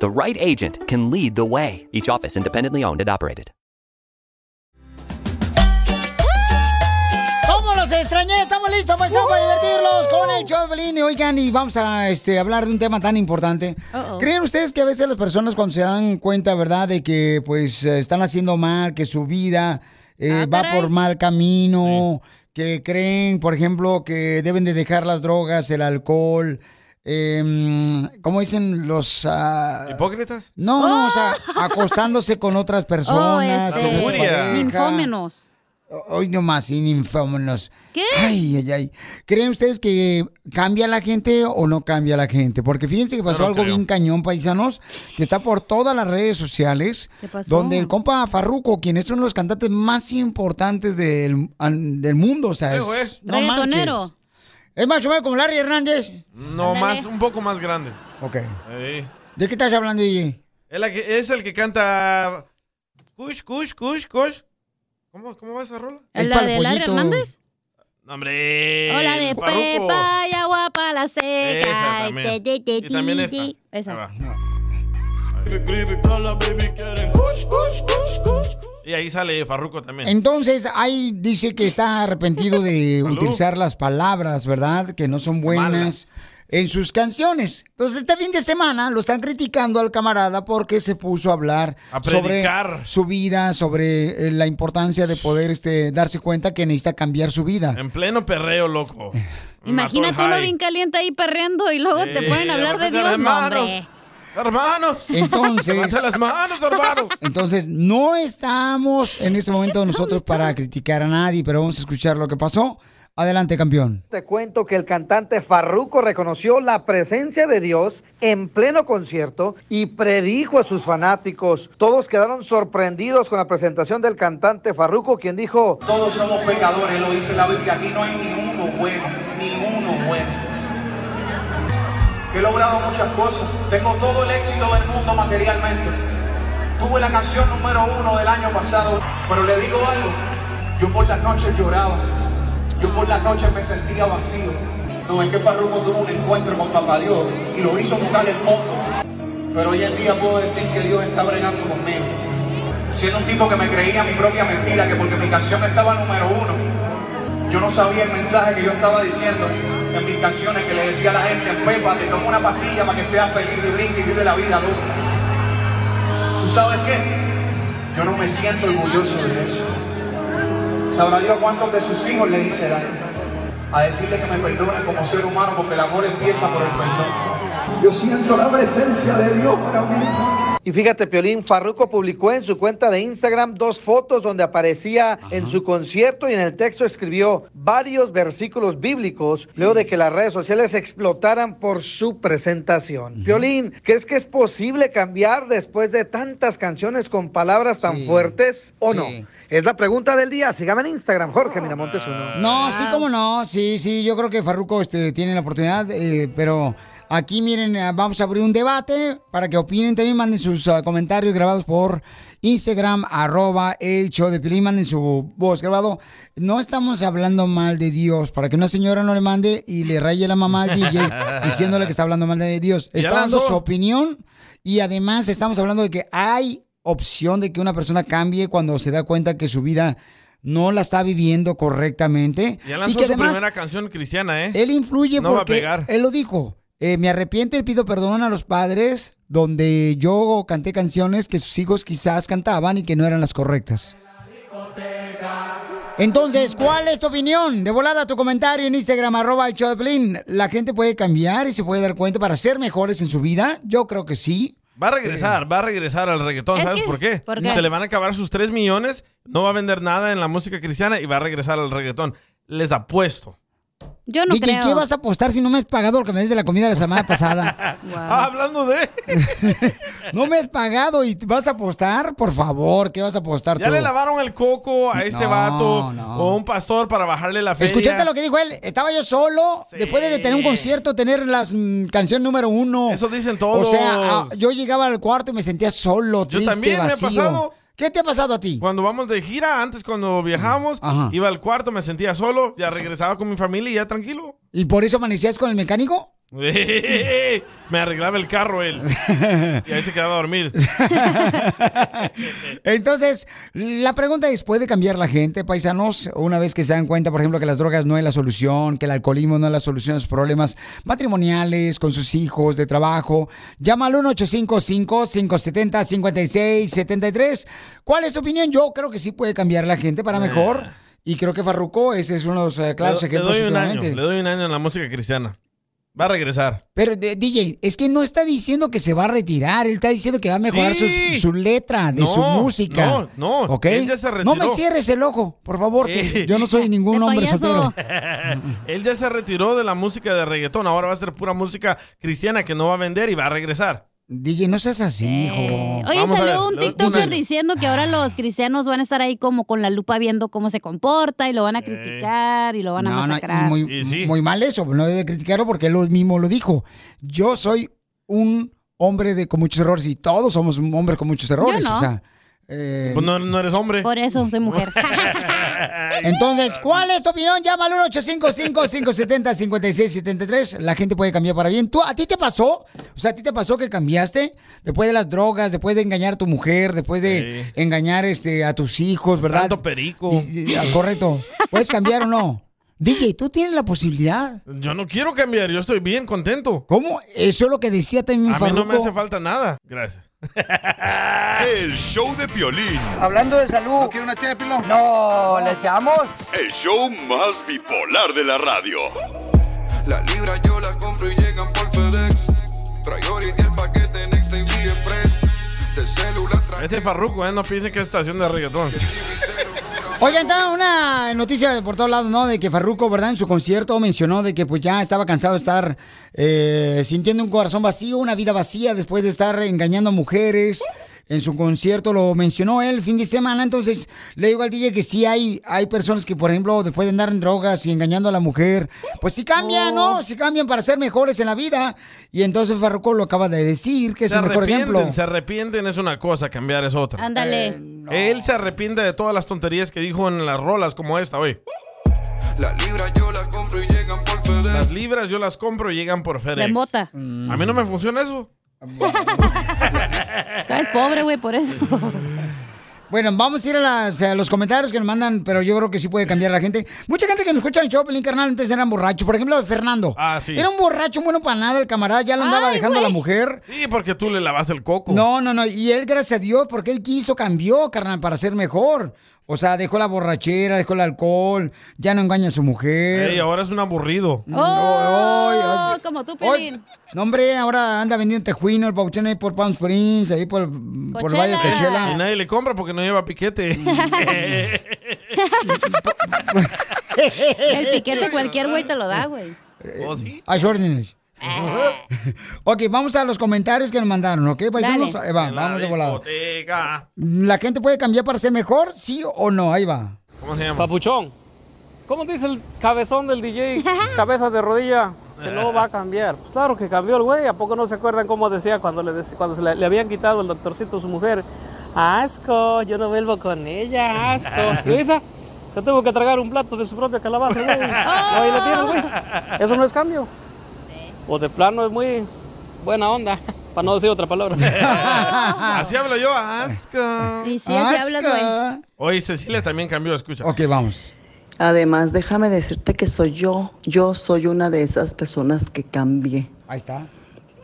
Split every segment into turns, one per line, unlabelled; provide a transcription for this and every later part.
The right agent can lead the way. Each office independently owned and operated.
¿Cómo los extrañé? Estamos listos, paisanos, para divertirlos con el show de Piolín. Y Oigan, y vamos a este, hablar de un tema tan importante.
Uh-oh.
¿Creen ustedes que a veces las personas cuando se dan cuenta, verdad, de que pues eh, están haciendo mal, que su vida eh, va por mal camino, que creen, por ejemplo, que deben de dejar las drogas, el alcohol, em, ¿cómo dicen los... ah,
¿Hipócritas?
no, no, o sea, acostándose con otras personas. que no es pareja.
Este, Ninfómenos.
Hoy nomás, sin infómonos. ¿Qué? Ay, ay, ay. ¿Creen ustedes que cambia la gente o no cambia la gente? Porque fíjense que
No
pasó
lo
algo
creo.
bien cañón, paisanos, que está por todas las redes sociales.
¿Qué pasó?
Donde el compa Farruco, quien es uno de los cantantes más importantes del, an- del mundo, o sea,
Eh,
es,
güey.
no
Reggaetonero.
manches. Es más o menos como Larry Hernández.
No,
Ándale.
más, un poco más grande.
Ok.
Ahí.
¿De qué estás hablando, DJ?
Es, la que- es el que canta. Cush, cush, cush, cush. ¿Cómo, cómo va esa rola?
Es
¿La
pa'l
de Lara
pollito.
Hernández?
No, hombre.
O la de
Farruko.
Pepa y agua para la seca.
Esa también.
Te, te, te,
Y también
ti,
esta.
ti. Esa.
Ahí va. Y ahí sale Farruco también.
Entonces, ahí dice que está arrepentido de
Salud.
utilizar las palabras, ¿verdad? Que no son buenas
Malas.
en sus canciones. Entonces, este fin de semana lo están criticando al camarada porque se puso a hablar
A
sobre
predicar.
su vida, sobre eh, la importancia de poder este, darse cuenta que necesita cambiar su vida.
En pleno perreo, loco.
Imagínate uno bien caliente ahí perreando y luego te ponen a hablar de Dios. No, hombre.
Hermanos.
Entonces,
Levanta las manos, hermanos.
entonces, no estamos en este momento nosotros para criticar a nadie, pero vamos a escuchar lo que pasó. Adelante, campeón.
Te cuento que el cantante Farruco reconoció la presencia de Dios en pleno concierto y predijo a sus fanáticos. Todos quedaron sorprendidos con la presentación del cantante Farruco, quien dijo,
Todos somos pecadores, lo dice la Biblia. Aquí no hay ninguno bueno, ninguno bueno. He logrado muchas cosas. Tengo todo el éxito del mundo materialmente. Tuve la canción número uno del año pasado. Pero le digo algo. Yo por las noches lloraba. Yo por las noches me sentía vacío. No es que Farruko tuvo un encuentro con Papá Dios y lo hizo tocar el fondo. Pero hoy en día puedo decir que Dios está bregando conmigo siendo un tipo que me creía mi propia mentira, que porque mi canción estaba número uno, yo no sabía el mensaje que yo estaba diciendo en mis canciones que le decía a la gente, Pepa, te tomo una pastilla para que seas feliz y brinque y vive la vida, loco. ¿Tú sabes qué? Yo no me siento orgulloso de eso. Sabrá Dios cuántos de sus hijos le hice daño. A decirle que me perdonen como ser humano porque el amor empieza por el perdón. Yo siento la presencia de Dios para mí.
y fíjate, Piolín, Farruco publicó en su cuenta de Instagram dos fotos donde aparecía en su concierto y en el texto escribió varios versículos bíblicos luego de que las redes sociales explotaran por su presentación. Piolín, ¿crees que es posible cambiar después de tantas canciones con palabras tan
Sí.
fuertes o no?
Sí. Ah.
Es la pregunta del día. Sígame en Instagram, Jorge Miramontes uno.
No, sí, cómo no. Sí, sí, yo creo que Farruko este, tiene la oportunidad, eh, pero aquí miren, eh, vamos a abrir un debate para que opinen. También manden sus ah, comentarios grabados por Instagram, arroba el show de Pilín, manden su voz grabado. No estamos hablando mal de Dios, para que una señora no le mande y le raye la mamá al DJ diciéndole que está hablando mal de Dios.
Ya
Está dando
lanzó.
su opinión y además estamos hablando de que hay opción de que una persona cambie cuando se da cuenta que su vida no la está viviendo correctamente
Ya
y
lanzó
que
su
además
primera canción cristiana, ¿eh?
él influye
No va a
porque
pegar.
él lo dijo. eh, me arrepiento y pido perdón a los padres donde yo canté canciones que sus hijos quizás cantaban y que no eran las correctas. Entonces, ¿cuál es tu opinión? De volada tu comentario en Instagram, arroba el show de Piolín. ¿La gente puede cambiar y se puede dar cuenta para ser mejores en su vida? Yo creo que sí.
Va a regresar, va a regresar al reggaetón,
Es
¿sabes
que-
por, qué?
¿por qué?
Se le van a acabar sus 3 millones, no va a vender nada en la música cristiana y va a regresar al reggaetón. Les apuesto.
Yo
no DJ, ¿qué vas a apostar si no me has pagado lo que me des de la comida la semana pasada?
Ah, hablando de...
no me has pagado y vas a apostar, por favor, ¿qué vas a apostar
Ya
tú?
le lavaron el coco a este
No,
vato o un pastor para bajarle la feria.
¿Escuchaste lo que dijo él? Estaba yo solo, después de tener un concierto, tener las mm, canción número uno. Eso
dicen
O
todos.
sea, ah, yo llegaba al cuarto y me sentía solo,
Yo
triste,
también me ha
vacío.
pasado.
¿Qué te ha pasado a ti?
Cuando vamos de gira, antes cuando viajamos, iba al cuarto, me sentía solo, ya regresaba con mi familia y ya tranquilo.
¿Y por eso amanecías con el mecánico?
me arreglaba el carro él. Y ahí se quedaba a dormir.
Entonces, la pregunta es, ¿puede cambiar la gente, paisanos? Una vez que se dan cuenta, por ejemplo, que las drogas no es la solución, que el alcoholismo no es la solución a sus problemas matrimoniales, con sus hijos, de trabajo. Llama al 1-855-570-5673. ¿Cuál es tu opinión? Yo creo que sí puede cambiar la gente para mejor. Y creo que Farruko, ese es uno de los eh, claros
Eh. le, le
ejemplos
doy un año,
últimamente.
le doy un año en la música cristiana. Va a regresar.
Pero de- DJ, es que no está diciendo que se va a retirar, él está diciendo que va a mejorar
Sí.
su, su letra, de su
No,
música.
no, no,
¿ok?
él ya se
No
retiró.
me cierres el ojo, por favor, que
Eh.
yo no soy ningún hombre soltero.
Él ya se retiró de la música de reggaetón, ahora va a ser pura música cristiana que no va a vender y va a regresar.
DJ, no seas así, hijo.
Oye,
Vamos a
salió
ver,
un
le doy un
TikToker
año.
diciendo que ahora los cristianos van a estar ahí como con la lupa viendo cómo se comporta y lo van a criticar y lo van a
No, no, y
masacrar.
muy, muy mal eso, no debe criticarlo porque él mismo lo dijo. Yo soy un hombre de, con muchos errores y todos somos hombres con muchos errores,
no.
o sea. Eh,
Pues no, no eres hombre.
Por e- eso soy mujer.
Entonces, ¿cuál es tu opinión? Llama al 1-855-570-5673. La gente puede cambiar para bien. ¿Tú, ¿A ti te pasó? O sea, ¿a ti te pasó que cambiaste? Después de las drogas, después de engañar a tu mujer, después de engañar este, a tus hijos, ¿verdad?
Tanto perico.
Y- y- ah, correcto. ¿Puedes cambiar o no? DJ, tú tienes la posibilidad.
Yo no quiero cambiar, yo estoy bien contento.
¿Cómo? Eso es lo que decía también
A mí no me
Farruko.
hace falta nada. Gracias.
El show de Piolín.
Hablando de salud. ¿No quiere una No, ¿le echamos?
El show más bipolar de la radio.
La libra yo la compro y llegan por FedEx. Priority el paquete Next TV Express. De celular
Este es Farruko, ¿eh? No piensen que es estación de reggaetón.
Oigan, está una noticia por todos lados, ¿no? De que Farruko, ¿verdad? En su concierto mencionó de que pues ya estaba cansado de estar eh, sintiendo un corazón vacío, una vida vacía después de estar engañando a mujeres. En su concierto lo mencionó él fin de semana, entonces le digo al DJ que sí hay, hay personas que, por ejemplo, después de andar en drogas y engañando a la mujer, pues sí cambian, ¿no? Sí cambian para ser mejores en la vida. Y entonces Farruko lo acaba de decir, que es
se
el mejor
arrepienten,
ejemplo. Eh,
se arrepienten es una cosa, cambiar es otra.
Ándale.
Él se arrepiente de todas las tonterías que dijo en las rolas como esta, hoy.
La libra yo la compro y llegan por FedEx.
Las libras yo las compro y llegan por FedEx.
De mota.
A mí no me funciona eso.
Es pobre, güey, por eso.
Bueno, vamos a ir a, las- a los comentarios que nos mandan, pero yo creo que sí puede cambiar la gente. Mucha gente que nos escucha en el show, Pelín Carnal, antes eran borrachos. Por ejemplo, Fernando.
Ah, sí.
Era un borracho bueno para nada, el camarada ya lo andaba dejando a la mujer.
Sí, porque tú le lavaste el coco.
No, no, no. Y él, gracias a Dios, porque él quiso, cambió, carnal, para ser mejor. O sea, dejó la borrachera, dejó el alcohol, ya no engaña a su mujer.
Ey, ahora es un aburrido.
Oh,
como tú,
Pelín. No, hombre, ahora anda vendiendo tejuino, el pauchón ahí por Palm Springs, ahí por, el- por el Valle de Coachella.
Y nadie le compra porque no lleva piquete.
El piquete cualquier güey te lo da, güey.
Eh,
¿Oh,
A sus órdenes. ok, vamos a los comentarios que nos mandaron, ¿ok? Paisanos,
Eh. Dale.
Ahí va,
En la
vamos de volado.
discoteca.
¿La gente puede cambiar para ser mejor? ¿Sí o no? Ahí va.
¿Cómo se llama?
Papuchón. ¿Cómo dice el cabezón del DJ? Cabeza de rodilla. Que no va a cambiar. Pues claro que cambió el güey. ¿A poco no se acuerdan cómo decía cuando le, dec- cuando se le, le habían quitado el doctorcito a su mujer? Asco, yo no vuelvo con ella, asco. ¿Y ahorita? Yo tengo que tragar un plato de su propia calabaza, güey. Ahí la tienes, güey. Eso no es cambio. O de plano es muy buena onda, para no decir otra palabra.
Así hablo yo, ah, asco.
Y sí, Ah. así hablas, güey.
Oye, Cecilia también cambió, escucha.
Ok, vamos.
Además, déjame decirte que soy yo. Yo soy una de esas personas que cambié,
Ahí está.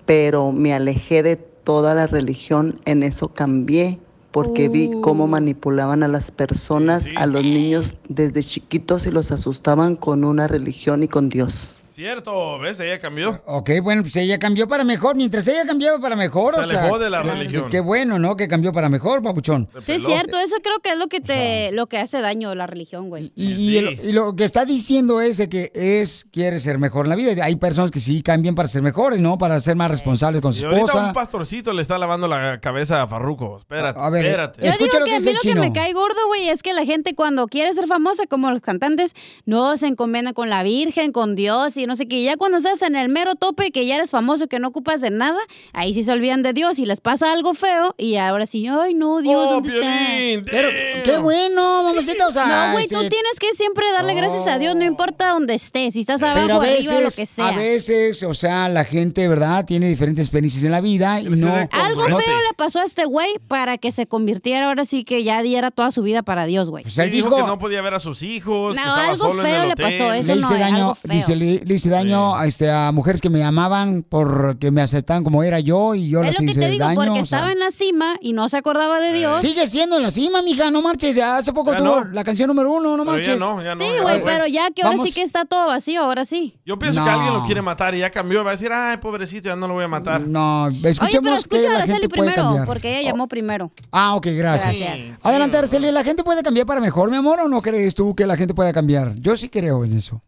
pero me alejé de toda la religión. En eso cambié porque vi cómo manipulaban a las personas, a los niños desde chiquitos y los asustaban con una religión y con Dios.
Cierto, ¿ves? Ella cambió.
Ok, bueno, pues ella cambió para mejor. Mientras ella ha cambiado para mejor,
Se
o sea.
alejó de la
qué-
religión.
Qué bueno, ¿no? Que cambió para mejor, papuchón.
Sí, es cierto, eso creo que es lo que te, lo que hace daño la religión, güey.
Y, y el- y lo que está diciendo es de que es quiere ser mejor en la vida. Hay personas que sí cambian para ser mejores, ¿no? Para ser más responsables con
Y
su
ahorita un
esposa.
pastorcito le está lavando la cabeza a Farruco. Espérate,
A ver,
espérate.
Yo escucha
Creo que a mí lo que me cae gordo, güey, es que la gente cuando quiere ser famosa, como los cantantes, no se encomienda con la Virgen, con Dios y no sé qué. Y Ya cuando estás en el mero tope, que ya eres famoso, que no ocupas de nada, ahí sí se olvidan de Dios y les pasa algo feo y ahora sí, ay no, Dios, ¿dónde está?
Pero qué bueno, mamacita, o sea.
no, güey, tú
este,
tienes que siempre darle gracias a Dios, no importa dónde estés, si estás abajo,
Pero a
arriba, lo que
veces,
sea.
a veces, o sea, la gente, ¿verdad? Tiene diferentes experiencias en la vida y no...
Algo
no-
feo le pasó a este güey para que se convirtiera ahora sí que ya diera toda su vida para Dios, güey.
Pues
Sí, dijo que no podía ver a sus hijos, que
No,
estaba
algo
solo en
feo
el
le
hotel.
pasó, eso
le hice
no,
daño,
algo feo.
dice, le, le hice daño a, este, a mujeres que me amaban porque me aceptaban como era yo y yo
es
les
lo que
hice
te digo,
daño.
porque
o sea. Eh,
estaba en la cima y no se acordaba de Dios.
Sigue siendo en la cima, mija, no marches. ya Hace poco
Ya no.
tuvo la canción número uno, no
Pero ya
marches.
no, ya no,
Sí,
ya
güey,
fue.
pero ya que ahora
Vamos.
sí que está todo vacío, ahora sí.
Yo pienso que
No.
alguien lo quiere matar y ya cambió. Va a decir, ay, pobrecito, ya no lo voy a matar.
No,
Oye, pero
escuchemos que
escucha a
la gente
Araceli
puede
primero,
cambiar.
porque ella llamó primero.
Ah, ok, gracias.
Gracias.
Adelante, Araceli, ¿la gente puede cambiar para mejor, mi amor, o no crees tú que la gente pueda cambiar? Yo sí creo en eso.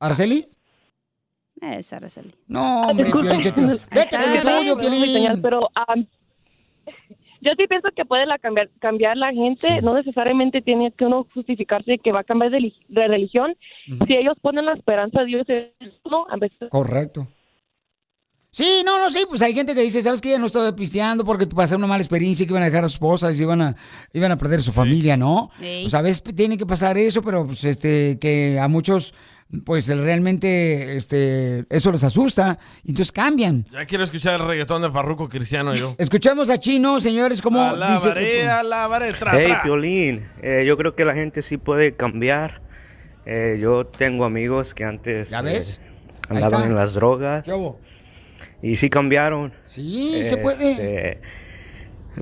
¿Araceli?
Es Araceli.
No, hombre,
Ah, Disculpe.
Piolichotelo.
Ahí
Vete
está,
con el
gracias
tuyo,
por mi señal,
Piolín.
Pero am, yo sí pienso que puede la cambiar, cambiar la gente. No necesariamente tiene que uno justificarse que va a cambiar de, li- de religión. Si ellos ponen la esperanza de Dios en uno, a veces
Correcto. Sí, no, no, sí, pues hay gente que dice, ¿sabes qué? No estoy pisteando porque pasaron una mala experiencia, que iban a dejar a sus esposas, iban a, iban a perder su familia, ¿no?
Sí.
Pues a veces tiene que pasar eso, pero pues este, que a muchos, pues el- realmente, este, eso les asusta, y entonces cambian.
Ya quiero escuchar el reggaetón de Farruco Cristiano yo.
Escuchamos a Chino, señores, como dice...
Alabaré, alabaré, tra,
Hey,
tra.
Piolín, eh, yo creo que la gente sí puede cambiar. Eh, yo tengo amigos que antes
¿Ya
eh,
ves? Ahí
andaban
está.
en las drogas
¿Qué hubo?
y sí cambiaron.
Sí, se puede.
Este,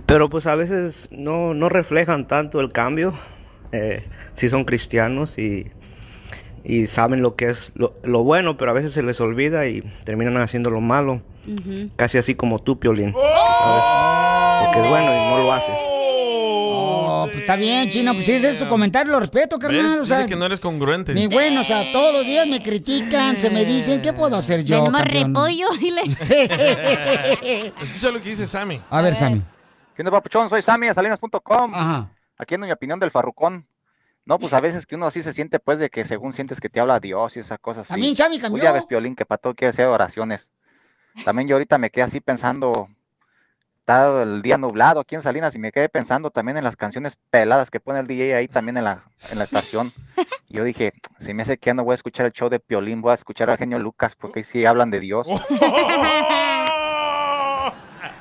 pero pues a veces no, no reflejan tanto el cambio. Eh, sí son cristianos y, y saben lo que es lo, lo bueno, pero a veces se les olvida y terminan haciendo lo malo. Casi así como tú, Piolín.
¡Oh!
¿sabes? Porque es bueno y no lo haces.
Oh, pues está bien, Chino, pues si ese es tu comentario, lo respeto,
¿Ves?
carnal, o
Dice
sea...
que no eres congruente.
Mi bueno, o sea, todos los días me critican, se me dicen, ¿qué puedo hacer yo,
Ven, morre,
campeón?
pollo, dile.
Escucha lo que dice Sammy.
A ver, Sammy.
¿Qué onda, papuchón? Soy Sammy de salinas.com.
Ajá.
Aquí en mi opinión del farrucón. No, pues a veces que uno así se siente, pues, de que según sientes que te habla Dios y esas cosas. así.
También Sammy
Pues
cambió.
Ya ves, Piolín, que para todo quiere hacer oraciones. También yo ahorita me quedé así pensando, está el día nublado aquí en Salinas y me quedé pensando también en las canciones peladas que pone el DJ ahí también en la, en la estación. Y Yo dije, si me hace que ya no voy a escuchar el show de Piolín, voy a escuchar al genio Lucas porque ahí sí hablan de Dios.
Oh.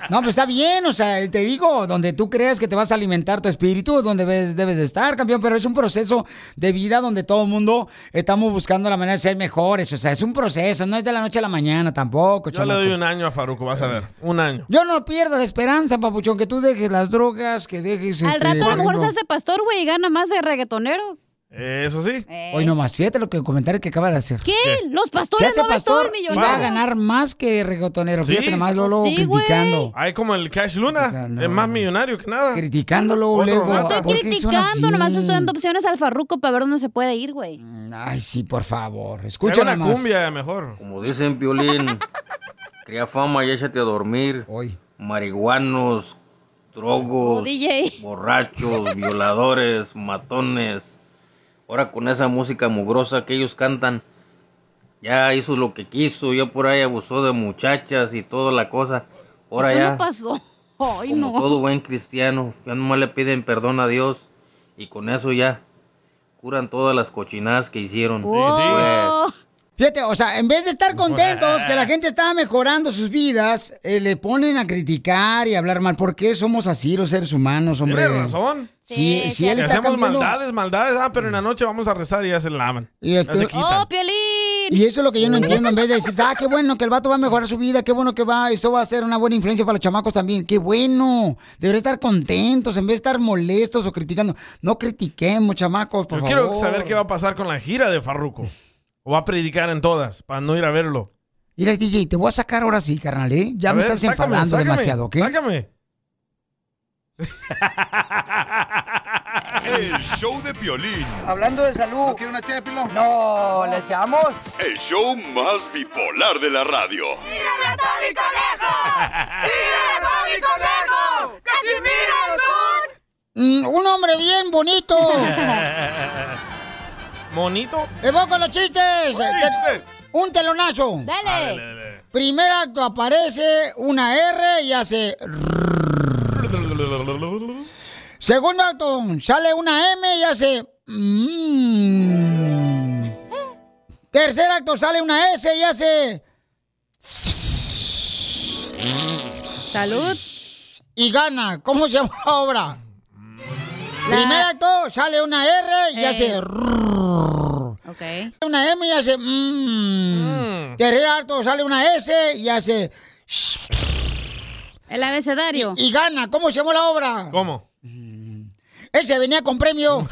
No, pues está bien, o sea, te digo, donde tú creas que te vas a alimentar tu espíritu, donde ves- debes de estar, campeón, pero es un proceso de vida donde todo el mundo estamos buscando la manera de ser mejores, o sea, es un proceso, no es de la noche a la mañana tampoco,
Yo le doy
chamacos.
un año a Farruco, vas a ver. Un año.
Yo no pierdo la esperanza, papuchón, que tú dejes las drogas, que dejes...
Al
este,
rato a
por
lo mejor se
ejemplo,
hace pastor, güey, y gana más de reggaetonero.
Eso sí.
Hoy nomás, fíjate lo que el comentario que acaba de hacer.
¿Qué? Los
Se
pastores
hace
no ven todo
pastor
el
y
millón.
va a ganar más que regotonero. Fíjate
Sí.
nomás, Lolo, criticando.
Hay como el Cash Luna, es más millonario que nada.
Criticándolo, luego.
No estoy
¿por qué son
criticando,
así?
nomás estoy dando opciones al farruco para ver dónde se puede ir, güey.
Ay, sí, por favor.
Escucha
Escucha
una
nomás.
cumbia mejor.
Como dicen, Piolín, cría fama y échate a dormir. Marihuanos, drogos,
Oh, DJ.
borrachos, violadores, matones. Ahora con esa música mugrosa que ellos cantan, ya hizo lo que quiso, ya por ahí abusó de muchachas y toda la cosa. Ahora
Eso
ya,
no pasó. Ay,
como
no.
todo buen cristiano, ya nomás le piden perdón a Dios y con eso ya curan todas las cochinadas que hicieron.
Oh.
Pues,
Oh. Fíjate, o sea, en vez de estar contentos que la gente está mejorando sus vidas, eh, le ponen a criticar y a hablar mal. ¿Por qué somos así los seres humanos, hombre?
Tienes razón.
Sí, sí, él
Que
está
hacemos
cambiando.
maldades, maldades. Ah, pero en la noche vamos a rezar y ya se lavan.
Y
Ya
este-
se quitan.
¡Oh, Piolín! morir.
Y eso es lo que yo no entiendo. En vez de decir, ah, qué bueno que el vato va a mejorar su vida, qué bueno que va, eso va a ser una buena influencia para los chamacos también. Qué bueno. Debería estar contentos en vez de estar molestos o criticando. No critiquemos, chamacos, por
Yo
favor.
quiero saber qué va a pasar con la gira de Farruko. O va a predicar en todas, para no ir a verlo.
Mira, DJ, te voy a sacar ahora sí, carnal, ¿eh? Ya
A
me
ver,
estás
sácame,
enfadando
sácame,
demasiado, ¿ok?
Sácame.
El show de violín.
Hablando de salud. ¿No una No, ¿le echamos?
El show más bipolar de la radio.
Mm, un hombre bien bonito.
¿Monito?
Evoco los chistes. Te- un telonazo.
Dale.
Primer acto aparece una R y hace. Segundo acto sale una M y hace. mm. Tercer acto sale una S y hace. Salud. Y gana. ¿Cómo se llama la obra? Primer acto sale una R y hace.
Ok.
Una M y hace. Mmm. Tercer acto sale una S y hace. El abecedario. Y, y gana. ¿Cómo se llamó la obra?
¿Cómo?
Él se venía con premio.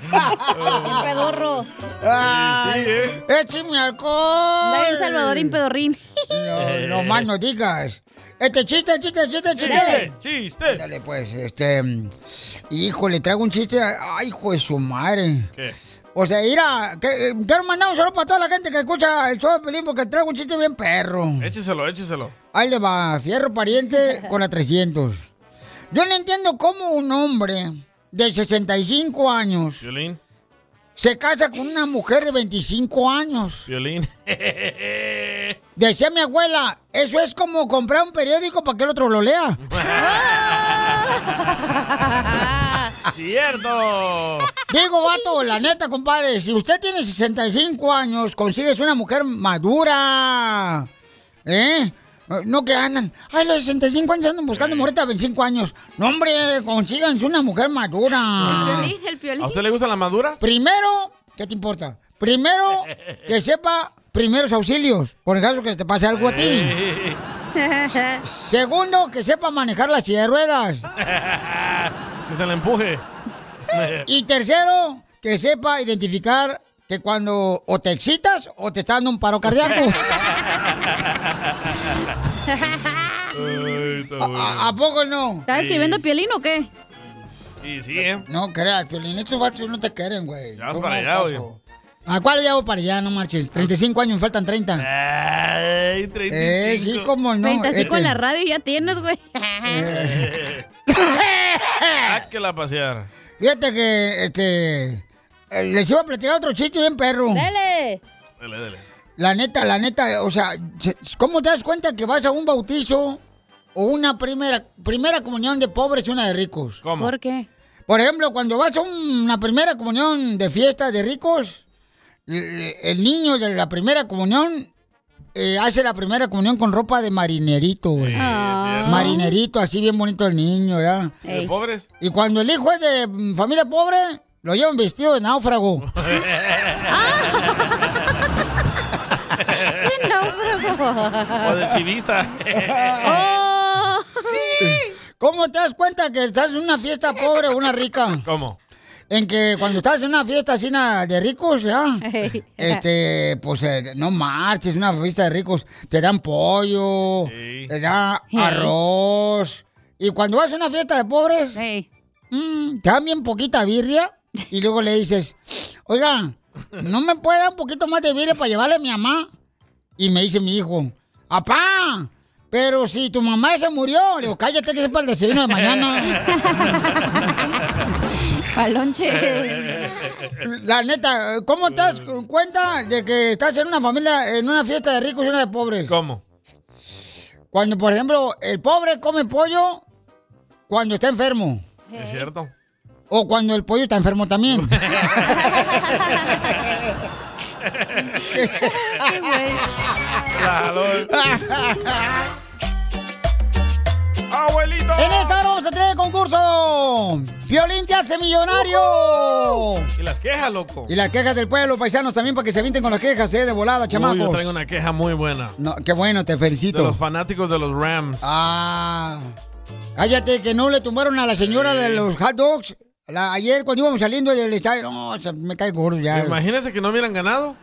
Bien pedorro.
Ay,
Sí, ¿eh?
¡Écheme alcohol!
Anda bien salvadorín
pedorrín. No, no más no digas. Este chiste, chiste, chiste, chiste.
¡Chiste!
Dale, pues, este. mm, Híjole, traigo un chiste. Ay, hijo de su madre.
¿Qué?
O sea, mira, que, eh, quiero mandar un saludo para toda la gente que escucha el show de Pelín porque traigo un chiste bien perro.
Écheselo, écheselo.
Ahí le va, fierro pariente con la 300. Yo no entiendo cómo un hombre de 65 años
Violín.
se casa con una mujer de 25 años.
Violín.
Decía mi abuela, eso es como comprar un periódico para que el otro lo lea.
¡Cierto!
Digo, vato, la neta, compadre, si usted tiene 65 años, consigues una mujer madura. ¿Eh? No que andan. Ay, los 65 años andan buscando mujeres de 25 años. No, hombre, consíganse una mujer madura.
el
¿A usted le gustan las maduras?
Primero, ¿qué te importa? Primero, que sepa primeros auxilios, por el caso que te pase algo a ti. Segundo, que sepa manejar la silla de ruedas.
que se le empuje.
Y tercero, que sepa identificar que cuando o te excitas o te está dando un paro cardíaco.
Ay, está bueno.
¿A, a poco no?
¿Estás escribiendo Sí.
Piolín o qué?
Sí, sí, ¿eh?
No creas, Piolín. Estos vatos no te quieren, güey.
Ya vas
Son
para
unos
allá,
cosas.
oye.
¿A cuál ya voy para allá? No marches. 35 años, me faltan 30.
Ay,
Eh, sí, cómo no.
35 en
Este- Eh.
la radio ya tienes, güey.
Sáquela a pasear.
Fíjate que, este... eh, Les iba a platicar otro chiste bien perro.
Dale.
Dale, dale.
La neta, la neta, o sea, se- ¿cómo te das cuenta que vas a un bautizo o una primera, primera comunión de pobres y una de ricos?
¿Cómo? ¿Por
qué? Por ejemplo, cuando vas a una primera comunión de fiesta de ricos, eh, el niño de la primera comunión eh, hace la primera comunión con ropa de marinerito, güey. Marinerito, así bien bonito el niño, ¿ya?
¿Y de pobres?
Y cuando el hijo es de mm, familia pobre, lo llevan vestido de náufrago.
o de chivista.
¿Cómo te das cuenta que estás en una fiesta pobre o una rica?
¿Cómo?
En que cuando estás en una fiesta así na- de ricos, ¿ya? Este, pues eh, no marches, una fiesta de ricos, te dan pollo, te dan
Sí.
arroz. Y cuando vas a una fiesta de pobres, mm, te dan bien poquita birria y luego le dices, oiga, ¿no me puede dar un poquito más de birria para llevarle a mi mamá? Y me dice mi hijo, ¡apá! Pero si tu mamá ya se murió, le digo, cállate que es para el desayuno de mañana. Palonche. La neta, ¿cómo te das
Mm.
cuenta de que estás en una familia, en una fiesta de ricos y una de pobres?
¿Cómo?
Cuando, por ejemplo, el pobre come pollo cuando está enfermo.
¿Es cierto?
O cuando el pollo está enfermo también.
¡Abuelito!
En esta hora vamos a tener el concurso. ¡Piolín te hace millonario!
Y las quejas, loco.
Y las quejas del pueblo, paisanos, también para que se avienten con las quejas, ¿eh? De volada, chamacos.
Uy, yo traigo una queja muy buena.
No, qué bueno, te felicito.
De los fanáticos de los Rams.
Ah. Cállate, que no le tumbaron a la señora de los hot dogs. La- ayer cuando íbamos saliendo del estadio, no, se- me cae gordo ya.
Imagínense que no hubieran ganado.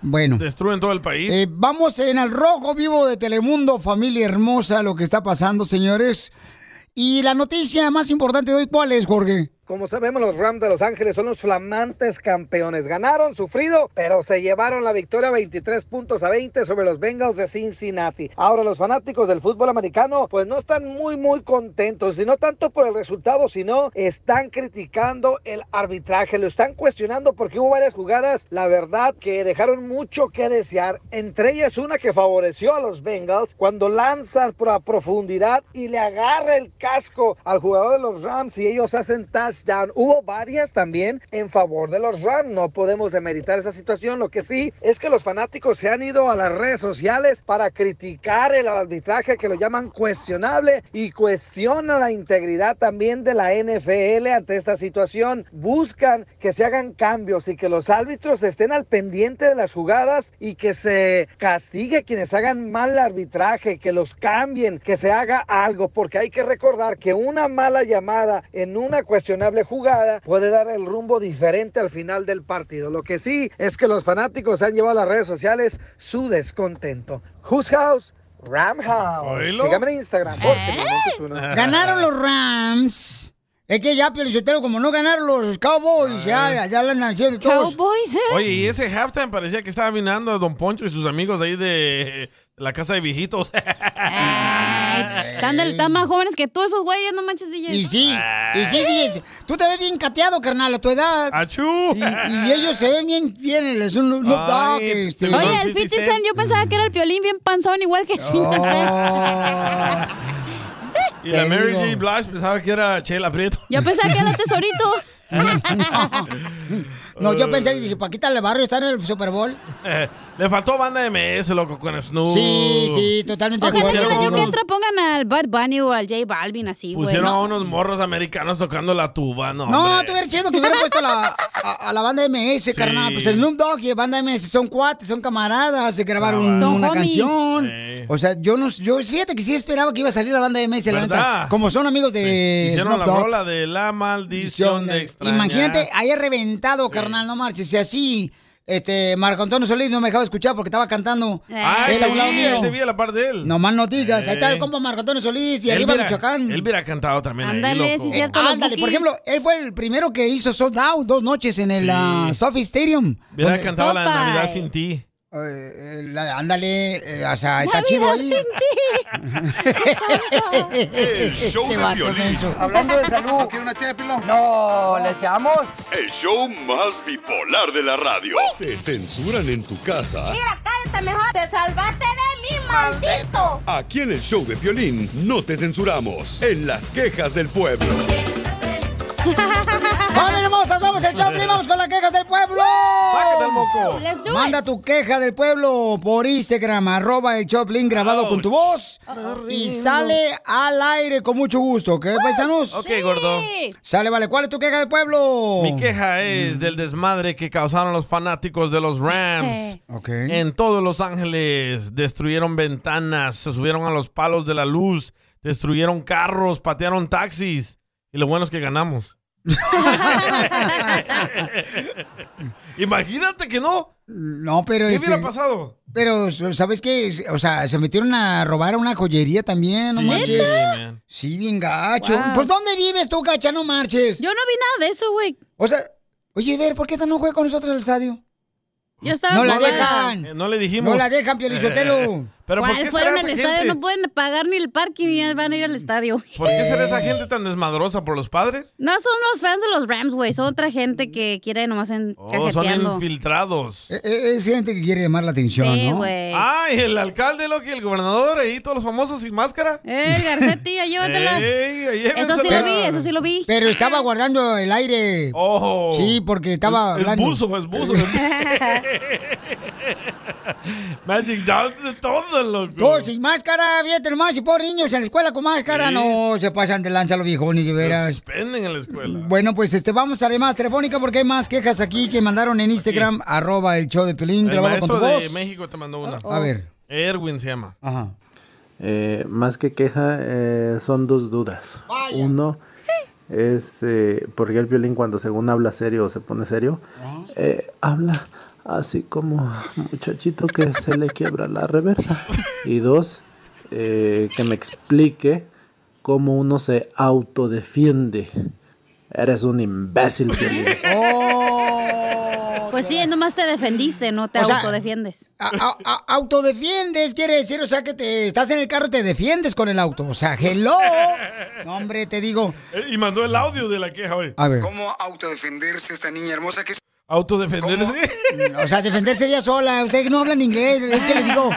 Bueno.
Destruyen todo el país.
Eh, vamos en el rojo vivo de Telemundo, familia hermosa, lo que está pasando, señores. Y la noticia más importante de hoy, ¿cuál es, Jorge?
Como sabemos, los Rams de Los Ángeles son los flamantes campeones. Ganaron, sufrido, pero se llevaron la victoria 23 puntos a 20 sobre los Bengals de Cincinnati. Ahora los fanáticos del fútbol americano pues no están muy muy contentos, y no tanto por el resultado, sino están criticando el arbitraje, lo están cuestionando porque hubo varias jugadas, la verdad, que dejaron mucho que desear. Entre ellas una que favoreció a los Bengals cuando lanzan por a profundidad y le agarra el casco al jugador de los Rams y ellos hacen touchdown. Hubo varias también en favor de los Rams. No podemos demeritar esa situación. Lo que sí es que los fanáticos se han ido a las redes sociales para criticar el arbitraje que lo llaman cuestionable y cuestionan la integridad también de la NFL ante esta situación. Buscan que se hagan cambios y que los árbitros estén al pendiente de las jugadas y que se castigue a quienes hagan mal arbitraje, que los cambien, que se haga algo, porque hay que recordar que una mala llamada en una cuestionable jugada puede dar el rumbo diferente al final del partido. Lo que sí es que los fanáticos han llevado a las redes sociales su descontento. Who's House, Ram House.
Oílo.
Síganme en Instagram.
¿Eh?
porque Miramontes uno.
Ganaron los Rams. Es que ya, Piolichotero, como no ganaron los Cowboys, ya, ya, ya la nación de todos.
Cowboys, ¿eh?
Oye, y ese halftime parecía que estaba vinando a Don Poncho y sus amigos ahí de de la casa de viejitos.
Están, del- están más jóvenes que tú, esos güeyes, no manches, DJ.
Y sí, y sí, dices, tú te ves bien cateado, carnal, a tu edad.
¡Achú! pues,
Y, y ellos se ven bien, bien, es un Snoop Dogg, este.
Oye, el 50 Cent, yo pensaba que era el piolín bien panzón, igual que el 50
Oh. Ah.
Cent.
y la
Te
Mary
digo.
J. Blige pensaba que era Chela Prieto.
Yo pensaba que era el tesorito.
No, yo pensé, dije, Paquita le barrio está en el Super Bowl.
Eh, le faltó banda MS, loco, con Snoop.
Sí, sí, totalmente de
Ojalá que
acuerdo.
el año que
unos-
entra pongan al Bad Bunny o al J Balvin, así, güey.
Pusieron a unos morros americanos tocando la tuba, no.
No,
hombre.
tú hubieras chido que hubiera puesto a la, a, a la banda MS, carnal. Pues el Snoop Dogg y la banda MS son cuates, son camaradas, se grabaron
Cabal. Son
una
homies.
canción. O sea, yo no, yo fíjate que sí esperaba que iba a salir la banda MS, la
¿Verdad?
neta. Como son amigos de
Hicieron
eh, Snoop
la
Dogg.
rola de la maldición de extrañar.
Imagínate, haya reventado, carnal, no marches. Si así, este, Marco Antonio Solís no me dejaba escuchar porque estaba cantando.
Ay,
él a
te
un lado
vi, te
mío.
vi a la par de él.
No más no digas. Ahí está
Eh.
el compa Marco Antonio Solís y
Él
arriba
hubiera-
Michoacán.
Él hubiera cantado también ahí, loco.
Eh, Ándale, por ejemplo, él fue el primero que hizo sold out dos noches en el ah, Sophie Stadium.
Hubiera
Donde-
cantado la de Navidad sin ti.
Eh, eh, la- ándale, eh, o sea, está
Navidad
chido ahí.
sin
El show
Este
de
vato,
Piolín.
menso.
Hablando de salud. ¿No quiere una ché de pilón? No, ¿le echamos?
El show más bipolar de la radio.
Te censuran en tu casa.
cállate mejor. Te salvaste de mí, maldito.
Aquí en el show de violín no te censuramos. En las quejas del pueblo.
¡Familia hermosa! ¡Somos el Choplin! ¡Vamos con las quejas del pueblo!
¡Sácate el moco!
Let's do it.
Manda tu queja del pueblo por Instagram, arroba el Choplin grabado con tu voz. Y sale al aire con mucho gusto, ¿ok, paisanos?
Ok, gordo.
Sale, vale. ¿Cuál es tu queja del pueblo?
Mi queja
Mm.
es del desmadre que causaron los fanáticos de los Rams.
Ok.
En todos Los Ángeles destruyeron ventanas, se subieron a los palos de la luz, destruyeron carros, patearon taxis. Y lo bueno es que ganamos. Imagínate que no.
No, pero...
¿Qué
ese-
hubiera pasado?
Pero, ¿sabes qué? O sea, se metieron a robar a una joyería también, no
Sí,
marches.
sí, man.
Sí, bien gacho.
Wow.
Pues, ¿dónde vives tú, gacha? No marches.
Yo no vi nada de eso, güey.
O sea, oye, ver, ¿por qué esta no juega con nosotros al estadio?
Yo estaba
No la
ocupada.
dejan.
Eh, no le dijimos. Eh,
No la dejan, Pio Lizotelo.
Pero ¿por
¿Cuál?
qué
fueron
será
al
esa gente?
estadio? No pueden pagar ni el parking y ya van a ir al estadio.
¿Por qué será esa gente tan desmadrosa por los padres?
No son los fans de los Rams, güey. Son otra gente que quiere nomás en
Mm. Oh, son
cajeteando.
infiltrados.
Eh, eh, Es gente que quiere llamar la atención,
Sí,
¿no?
güey.
Ay, el alcalde, lo que el gobernador, ahí todos los famosos sin máscara.
Eh, Garcetti, ya llévatela.
Ey,
eso sí lo
llévensela.
vi, eso sí lo vi.
Pero estaba guardando el aire.
Oh.
Sí, porque estaba
Es, es
hablando.
buzo, es buzo. es Magic Johnson, todo loco.
Todos sin máscara, fíjate nomás, y por niños en la escuela con máscara,
Sí.
no se pasan de lanza los viejones, de veras.
Suspenden en en la escuela.
Bueno, pues este, vamos a la más telefónica porque hay más quejas aquí que mandaron en Instagram, arroba el show de Pelín,
El
grabado con tu
maestro de
voz. Oh,
México te mandó una.
A ver.
Erwin se llama.
Ajá.
Eh, más que queja, eh, son dos dudas. Uno es eh, porque el violín cuando según habla serio o se pone serio, eh, habla así como muchachito que se le quiebra la reversa. Y dos, eh, que me explique cómo uno se autodefiende. Eres un imbécil, Piolín.
Pues sí, nomás te defendiste, no te
Oh, O sea,
autodefiendes.
A- a- autodefiendes, quiere decir, o sea, que te estás en el carro y te defiendes con el auto. O sea, hello. No, hombre, te digo.
Eh, Y mandó el audio de la queja hoy.
A ver.
¿Cómo autodefenderse esta niña hermosa que es? ¿Autodefenderse?
Mm, O sea, defenderse ella sola. Ustedes no hablan inglés. Es que les digo,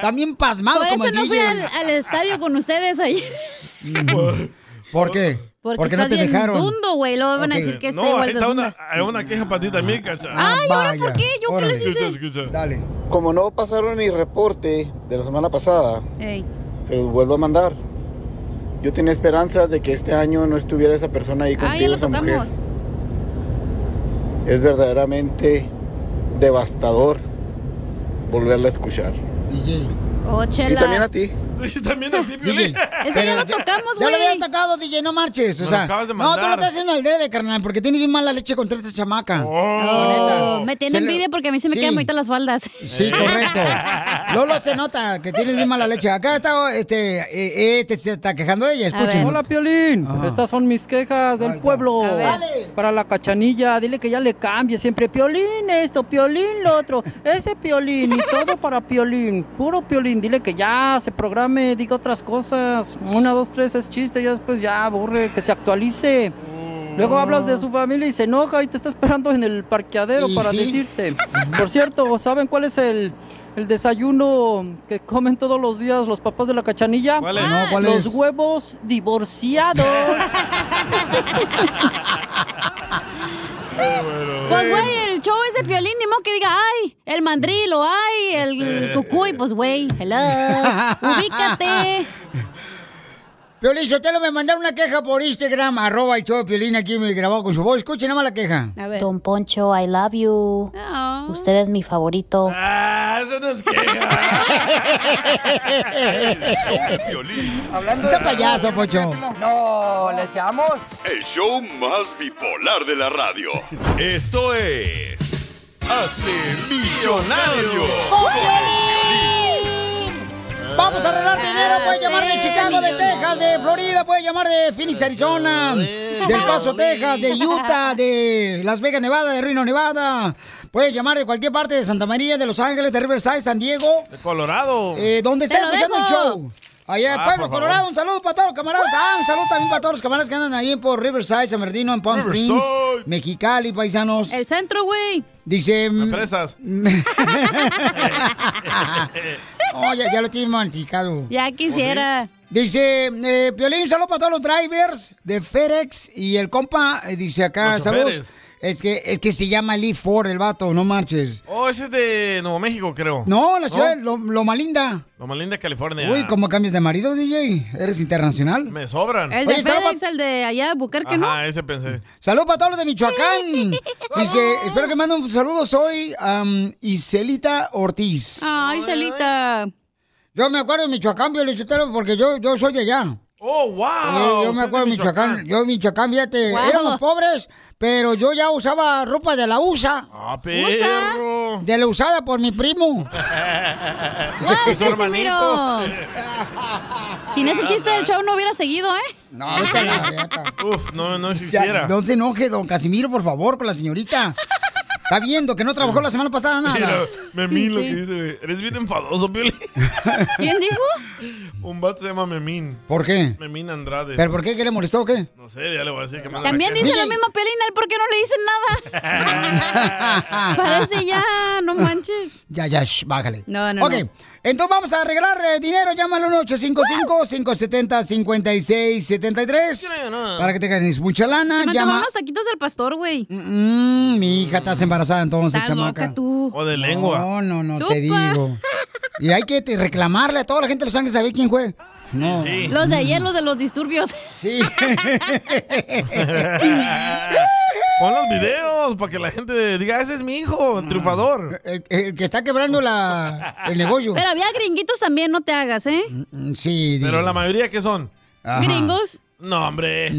también pasmado
Por
como
eso
el
no fui
DJ.
al, al estadio con ustedes ayer.
Mm. ¿Por qué?
Porque,
Porque no
estás
te
bien
dejaron.
dundo, güey. Luego van a decir que está
No,
igual
ahí
de
está una,
dunda.
hay una queja para ti también, cacha.
Ay, ¿ahora por qué? ¿Yo qué les
Escucha,
hice?
escucha.
Dale.
Como no pasaron mi reporte de la semana pasada,
Ey.
se los vuelvo a mandar. Yo tenía esperanza de que este año no estuviera esa persona ahí
Ah, ya
contigo,
lo
esa mujer.
tocamos.
Es verdaderamente devastador volverla a escuchar.
Oh, chela.
Y también a ti.
también a ti,
DJ.
Ese ya
pero
lo tocamos,
Ya
güey.
lo había tocado, DJ, no marches. O
Me lo
sea,
acabas de
no, tú lo
mandar.
estás haciendo al de carnal, porque tienes bien mala leche contra esta chamaca.
Oh, me tiene
Se le-
envidia porque a mí se me
Sí.
quedan bonitas las faldas.
Sí, correcto. Lolo se nota que tienes bien mala leche. Acá está, este, eh, este se está quejando de ella, escuchen.
Hola, Piolín.
Ah.
Estas son mis quejas del pueblo.
A ver.
Para la cachanilla, dile que ya le cambie siempre. Piolín esto, Piolín lo otro. Ese Piolín y todo para Piolín. Puro Piolín. Dile que ya se programe, diga otras cosas. Una, dos, tres es chiste. Ya después ya aburre, que se actualice. Luego hablas de su familia y se enoja y te está esperando en el parqueadero
Y
para
sí.
decirte. Por cierto, ¿saben cuál es el, el desayuno que comen todos los días los papás de la cachanilla?
¿Cuál es? No, ¿cuál
los
es?
huevos divorciados.
Pues, güey,
Eh.
el show es de violín, ni modo que diga, ay, el mandril o ay, el cucuy. Pues, güey, hello, ubícate.
Piolín Sotelo me mandaron una queja por Instagram, arroba y todo Piolín aquí me grabó con su voz. Escuchen nada más la queja.
Don Poncho, I love you.
Oh.
Usted es mi favorito.
Ah, eso no es
Hablando Ese payaso, Pocho.
No, le echamos.
El show más bipolar de la radio.
Esto es. Hazte millonario.
¡Con Vamos a arreglar dinero,
Ah,
puedes llamar de Chicago, de Texas, de Florida, puedes llamar de Phoenix, Arizona, del Paso, Texas, de Utah, de Las Vegas, Nevada, de Reno, Nevada. Puedes llamar de cualquier parte de Santa María, de Los Ángeles, de Riverside, San Diego.
De Colorado.
Eh, ¿Dónde está
Te lo
escuchando el
dejo.
show? Allá en
Ah,
Pueblo
por favor.
Colorado, un saludo para todos los camaradas. Ah, un saludo también para todos los camaradas que andan ahí por Riverside, San Bernardino, en Palm
Riverside.
Springs, Mexicali, paisanos. El centro, güey. Dice. mm,
prestas?
Oh, ya, ya lo tiene masticado.
Ya quisiera.
¿Oh,
Dice, eh, Piolín, un saludo para todos los drivers de FedEx. Y el compa eh, dice acá,
Los
saludos.
choferes.
Es que, es que se llama Lee Ford, el vato, no marches.
Oh, ese es de Nuevo México, creo.
No, la ciudad, lo, lo malinda.
Lo más linda California.
Uy, ¿cómo cambias de marido, DJ? ¿Eres internacional?
Me sobran.
Eh.
El de FedEx, el de allá de Bucarque, ¿no?
Ajá, ese pensé.
Saludos para todos los de Michoacán. Dice, espero que manden un saludo. Soy am, um, Iselita Ortiz.
Ay, Iselita.
Yo me acuerdo de Michoacán, Violichotero, porque yo, yo soy de allá.
Oh, wow.
Eh, yo me acuerdo de Michoacán. Yo Michoacán, fíjate,
Wow.
éramos pobres, pero yo ya usaba ropa de la USA.
Ah, perro.
De la usada por mi primo.
Es su
Casimiro.
hermanito.
Sin ese chiste del show no hubiera seguido, ¿eh?
No,
Uf, no, no
Ya,
existiera.
no se enoje, don Casimiro, por favor, con la señorita. Está viendo que no trabajó la semana pasada
Mira,
nada.
Memín lo
Sí.
que dice. Eres bien enfadoso, Pioli.
¿Quién dijo?
Un vato se llama Memín.
¿Por qué?
Memín Andrade.
¿Pero por qué? ¿Qué le molestó o qué?
No sé, ya le voy a decir que me la
También
queja.
dice lo mismo Pelina, ¿por qué no le dicen nada?
Ah.
Parece ya, no manches.
Ya, ya, shh, bájale.
No, no,
Ok,
no.
entonces vamos a arreglar eh, dinero. Llámalo al 1-855-570-5673. Para que te ganes mucha lana.
Se me
Llama.
antojaron unos taquitos del pastor, güey.
Mm, mi hija, estás embarazada entonces,
Estás
chamaca.
loca tú.
O de lengua.
No, no, no, te digo. Y hay que te- reclamarle a toda la gente de Los Ángeles a ver quién fue. No.
Los de ayer, los de los disturbios.
Sí.
Pon los videos para que la gente diga, ese es mi hijo, el triunfador.
Mm. El, que está quebrando la, el negocio. Mm,
Pero había gringuitos también, no te hagas, ¿eh?
Sí.
Pero la mayoría que son.
Gringos.
No, hombre.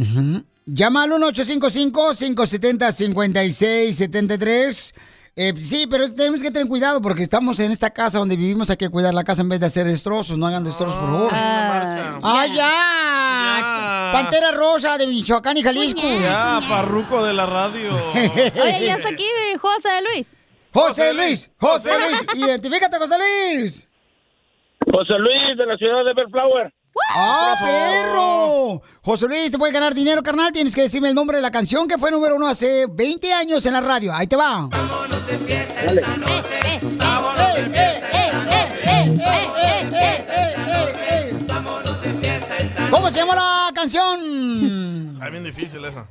Llama al 1-855-570-5673. Eh, sí, pero tenemos que tener cuidado porque estamos en esta casa donde vivimos. Hay que cuidar la casa en vez de hacer destrozos. No hagan destrozos, por favor. ¡Ah, ya! Pantera Rosa de Michoacán y Jalisco.
Ya, parruco de la radio.
Oye, ya está aquí eh, José Luis.
José Luis, José Luis, identifícate, José Luis.
José Luis de la ciudad de Bellflower.
¡Ah, perro! José Luis, te puede ganar dinero, carnal. Tienes que decirme el nombre de la canción que fue número uno hace 20 años en la radio. Ahí te va. Eh, ¿Cómo se llama la canción?
Está bien difícil esa.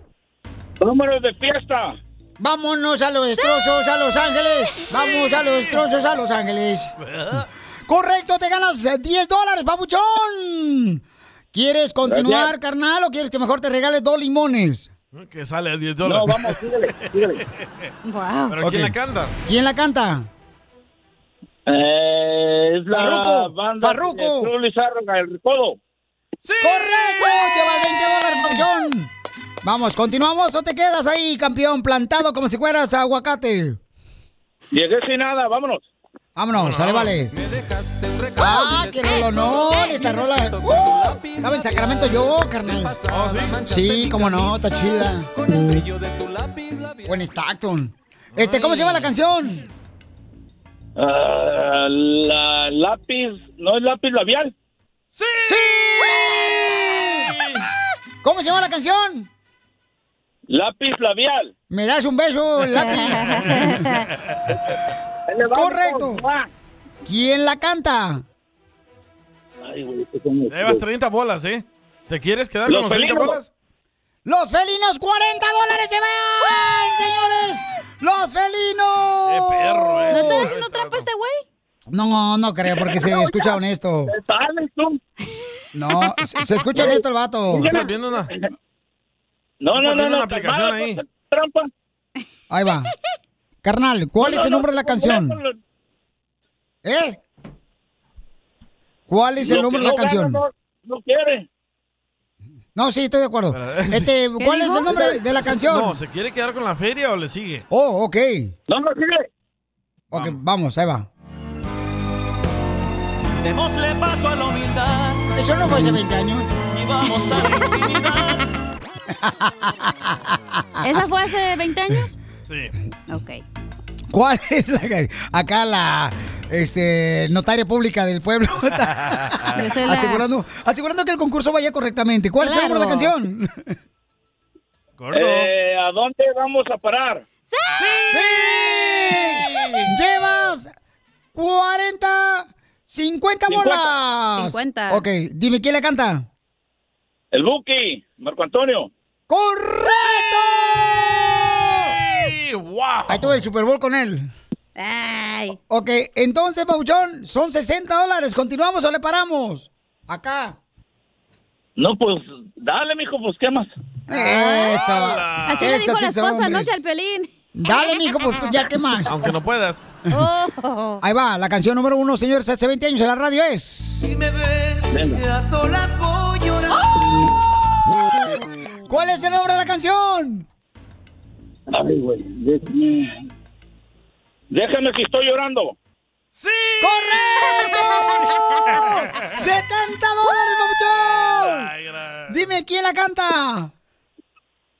Números de fiesta.
Vámonos a los destrozos, a Los Ángeles. Vamos a los destrozos, a Los Ángeles. Correcto, te ganas eh, 10 dólares, papuchón. ¿Quieres continuar,
Gracias.
carnal, o quieres que mejor te regale dos limones?
Que sale a 10 dólares.
No, vamos, síguele, síguele.
Wow.
Pero
Ok.
¿quién la canta?
¿Quién la canta?
Eh, es la
Farruko,
banda
Farruko.
de Cruz Lizárraga, el recodo.
¡Correcto! Llevas 20 dólares, papuchón. Vamos, ¿continuamos o te quedas ahí, campeón, plantado como si fueras aguacate?
Llegué sin nada, Ah, vámonos.
Vámonos, sale, vale. Ah, qué rolón, no, esta rola. Uh, estaba en Sacramento yo, carnal. Ah, Sí, cómo no, está chida. Buen Stockton. Este, ¿cómo se llama la canción?
Ah, la lápiz, ¿no es lápiz labial?
¡Sí!
¿Cómo se llama la canción?
Lápiz labial.
Me das un beso, lápiz. Correcto. ¿Quién la canta?
Llevas 30 bolas, ¿eh? ¿Te quieres quedar
Los
con los 30
peligros.
bolas?
Los felinos, 40 dólares se van, señores. Los felinos.
¡Qué perro,
¿No
eh!
está haciendo trampa este güey?
No, no creo, porque se escucha honesto. No, se se escucha honesto el vato.
¿No estás viendo una? ¿No
No, no,
estás
no,
viendo
no.
una aplicación ahí?
Trampa.
Ahí va. Carnal, ¿cuál es el nombre de la canción? ¿Eh? ¿Cuál es el
Lo que
nombre de
no
la
gana,
canción?
No, no quiere.
No, sí, estoy de acuerdo. Este, ¿cuál es el nombre de la
No,
canción?
¿se quiere quedar con la feria o le sigue?
Oh, ok.
No, no quiere.
Ok, vamos, ahí va.
Démosle paso a la humildad
Eso no fue hace 20 años.
y vamos a la intimidad.
¿Esa fue hace 20 años?
Sí.
Ok.
¿Cuál es la ca- acá la este notaria pública del pueblo está
Yo soy la-
asegurando asegurando que el concurso vaya correctamente. ¿Cuál es el nombre de la
Claro.
canción?
Eh, ¿A dónde vamos a parar?
Llevas 40 50 bolas.
50.
Ok, dime quién le canta.
El Buki, Marco Antonio.
¡Correcto!
¡Wow!
Ahí tuve el Super Bowl con él.
Ay.
Ok, entonces, Pauchón, son 60 dólares. ¿Continuamos o le paramos? Acá.
No, pues, dale, mijo, pues, ¿qué más?
Eso.
Así le dijo
Esos
la
sí son
esposa
hombres.
anoche al pelín.
Dale, mijo, pues ya, ¿qué más?
Aunque no puedas.
Oh.
Ahí va, la canción número uno, señores, hace 20 años en la radio es.
Si me ves
Venga.
a solas voy llorando.
¡Oh! ¿Cuál es el nombre de la canción?
Ay, güey. Déjame, déjame si estoy llorando.
¡Correcto! ¡70 dólares, Pauchón! Dime quién la canta.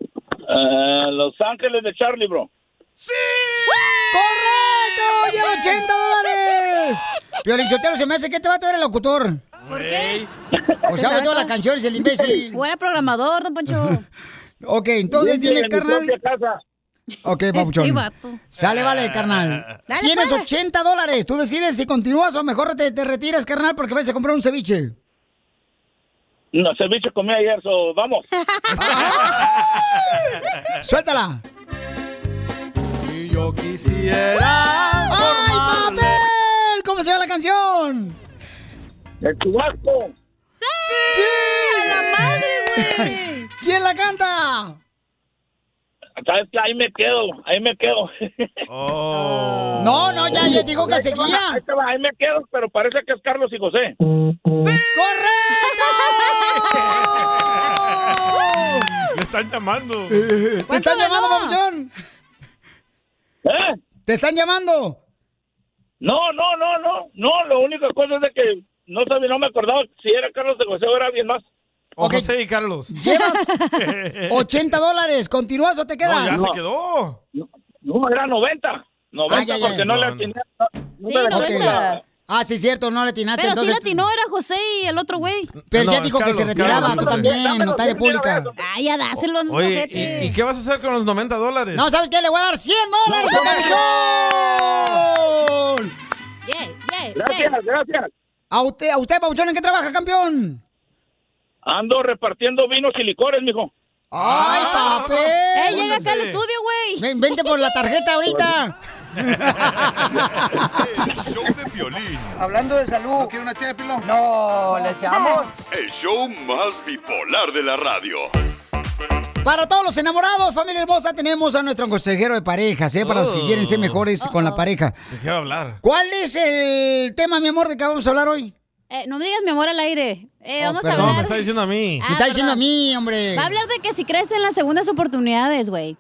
Eh, Los Ángeles de Charlie, bro.
¡Correcto! ¡Lleva 80 dólares! Violín Sotelo, se me hace que te va a traer el locutor.
¿Por qué? Pues
O sabe todas las canciones, el imbécil.
Fuera programador, don Poncho.
Ok, entonces
Viene
dime,
de mi
carnal.
propia
Ok, papuchón.
Sí, vato.
Sale,
Ah.
vale, carnal.
Dale,
Tienes
pues.
80 dólares. Tú decides si continúas o mejor te, te retiras, carnal, porque vas a comprar un ceviche.
No, ceviche comí ayer, so, vamos.
Suéltala.
Y yo quisiera.
¡Ay, papel! ¿Cómo se llama la canción?
El chubasco.
¡Sí! ¡Sí!
¡A la madre, güey!
¿Quién la canta?
¿Sabes qué? Ahí me quedo, ahí me quedo.
Oh.
No, no, ya, ya digo que seguía.
Ahí te va, ahí me quedo, pero parece que es Carlos y José.
Me están llamando.
¿Te están llamando, papuchón?
¿Eh?
¿Te están llamando?
No, no, no, no, no, lo único cosa es de que no sabía, no me acordaba si era Carlos y José o era alguien más.
O José y Carlos.
Llevas 80 dólares. ¿Continúas o te quedas?
quedó. No, era 90. 90
Ah, ya, ya.
porque no, le atiné. no
Sí,
te dejé
no
que
entra.
la-
Ah, sí, cierto, no le atinaste.
Pero
entonces,
sí latinó, era José y el otro güey.
Pero ya dijo que se retiraba, tú también,
Dámelo,
notaria
dámelo,
pública.
dámelo.
Ah, ya dáselo a
Oye, ¿y, y qué vas a hacer con los 90 dólares?
No, ¿sabes qué? Le voy a dar 100 dólares
No,
a Pabuchón.
Gracias, gracias.
A usted, a usted, Pabuchón, ¿en qué trabaja, campeón?
Ando repartiendo vinos y licores, mijo.
¡Ay, papel!
Eh, llega acá al estudio, güey.
Ven, vente por la tarjeta ahorita.
Hablando de salud. ¿No quiere una ché de pilón? No, le echamos.
El show más bipolar de la radio.
Para todos los enamorados, familia hermosa, tenemos a nuestro consejero de parejas, ¿eh? Para los
Oh.
que quieren ser mejores con
Oh.
la pareja.
¿De qué va a hablar?
¿Cuál es el tema, mi amor, de que vamos a hablar hoy?
Eh, no me digas mi amor al aire. Eh, vamos
Perdón,
a
me
hablar.
está diciendo a mí.
Ah, Me está diciendo
a mí, hombre.
Va a hablar de que si crees en las segundas oportunidades, güey.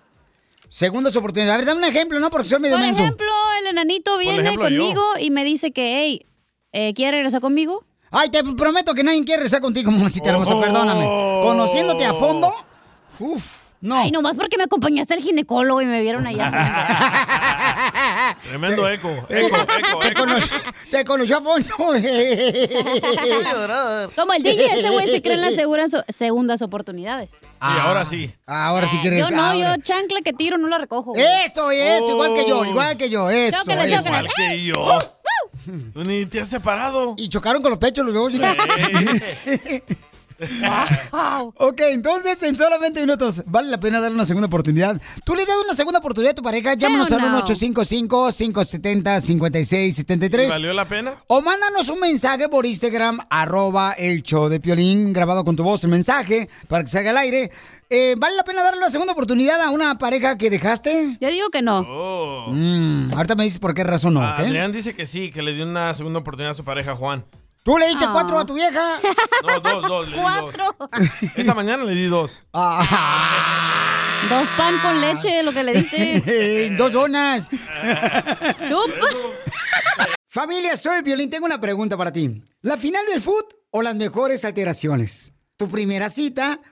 Segundas oportunidades. A ver, dame un ejemplo, ¿no? Porque soy medio
Por
menso.
ejemplo, el enanito viene
ejemplo, yo.
conmigo y me dice que, hey, eh, ¿quiere regresar conmigo?
Ay, te prometo que nadie quiere regresar contigo, mamacita hermosa, perdóname. Conociéndote a fondo, uff, no.
Ay, nomás porque me acompañaste al ginecólogo y me vieron allá.
Tremendo eco.
Te-
eco.
te, conocí, te conoció Afonso.
Como el DJ, ese güey se cree en las seguras- segundas oportunidades.
Sí, ahora sí.
Ah, Ahora sí quieres.
Eh, Yo no,
ahora.
yo chancla que tiro no la recojo. güey.
Eso es, igual que yo, igual que yo, eso.
Chócala,
eso.
Oh. Igual que yo. Tú ni te has separado.
Uh, Y chocaron con los pechos los dos. ok, entonces en solamente minutos vale la pena darle una segunda oportunidad. ¿Tú le das una segunda oportunidad a tu pareja? Llámanos
Hell
al
no.
1-855-570-5673.
¿Y ¿Valió la pena?
O mándanos un mensaje por Instagram, arroba el show de Piolín, grabado con tu voz, el mensaje, para que salga al aire. Eh, ¿Vale la pena darle una segunda oportunidad a una pareja que dejaste?
Yo digo que no.
Mm, ahorita me dices por qué razón no,
Ah,
¿ok?
Adrián dice que sí, que le dio una segunda oportunidad a su pareja Juan.
¿Tú le
Ah.
diste cuatro a tu vieja?
No, dos, dos, le di dos. Esta mañana le di dos.
Ah,
Dos pan con leche, lo que le diste.
Dos donas.
Chupa.
Familia, soy Violín. Tengo una pregunta para ti. ¿La final del foot o las mejores alteraciones? ¿Tu primera cita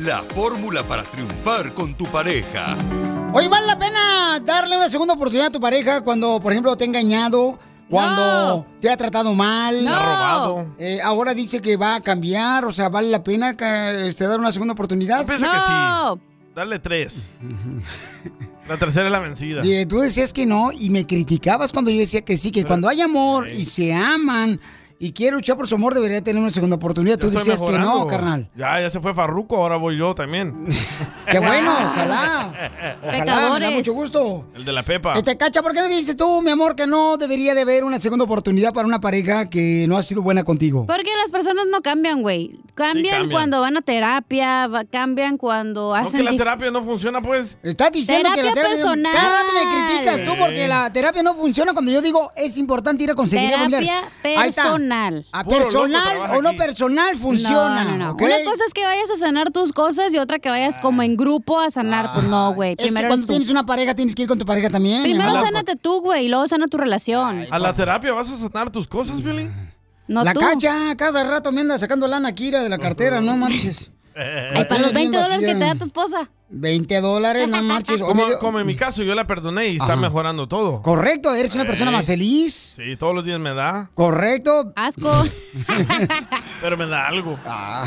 La fórmula para triunfar con tu pareja.
Oye, ¿vale la pena darle una segunda oportunidad a tu pareja cuando, por ejemplo, te ha engañado? Cuando te ha tratado mal.
Te ha robado.
Eh, ahora dice que va a cambiar. O sea, ¿vale la pena que, este, dar una segunda oportunidad?
Pienso que sí. Dale tres. La tercera es la vencida.
Eh, tú decías que no y me criticabas cuando yo decía que sí, que cuando hay amor y se aman y quiere luchar por su amor, debería tener una segunda oportunidad. Tú
Estoy
decías que
mejorando.
no, carnal.
Ya, ya se fue Farruco, ahora voy yo también.
Qué bueno, ojalá. Ojalá, Ah, me da
Pecadores.
mucho gusto.
El de la Pepa.
Este, Cacha, ¿por qué no dices tú, mi amor, que no debería de haber una segunda oportunidad para una pareja que no ha sido buena contigo?
Porque las personas no cambian, güey. Cambian,
cambian.
cuando van a terapia, va- cambian cuando
No, que
hacen...
la
di-
terapia no funciona, pues.
Estás diciendo que la
Terapia
terapia...
personal.
Cada rato me criticas tú porque la terapia no funciona cuando yo digo es importante ir a conseguir
Terapia
Ahí está.
personal.
A
Puro loco
personal
trabaja
o no
aquí.
personal funciona.
No, no, no.
¿ok? Ah.
Una cosa es que vayas a sanar tus cosas y otra que vayas como en grupo a sanar. Pues no, güey.
Es que
Primero
cuando
eres tú.
tienes una pareja tienes que ir con tu pareja también.
Primero
¿no?
sánate tú, güey, y luego sana tu relación.
¿A la terapia vas a sanar tus cosas, Violín?
No
la
tú.
cacha, cada rato me anda sacando lana Kira de la cartera, no manches.
Ay, para los 20 dólares que te da tu esposa.
20 dólares, no marches. Hoy
Como,
me dio-
como en mi caso, yo la perdoné y está
Ajá.
mejorando todo.
Correcto, eres una
Sí.
persona más feliz.
Sí, todos los días me da,
Correcto.
Asco.
pero me da algo.
Ah.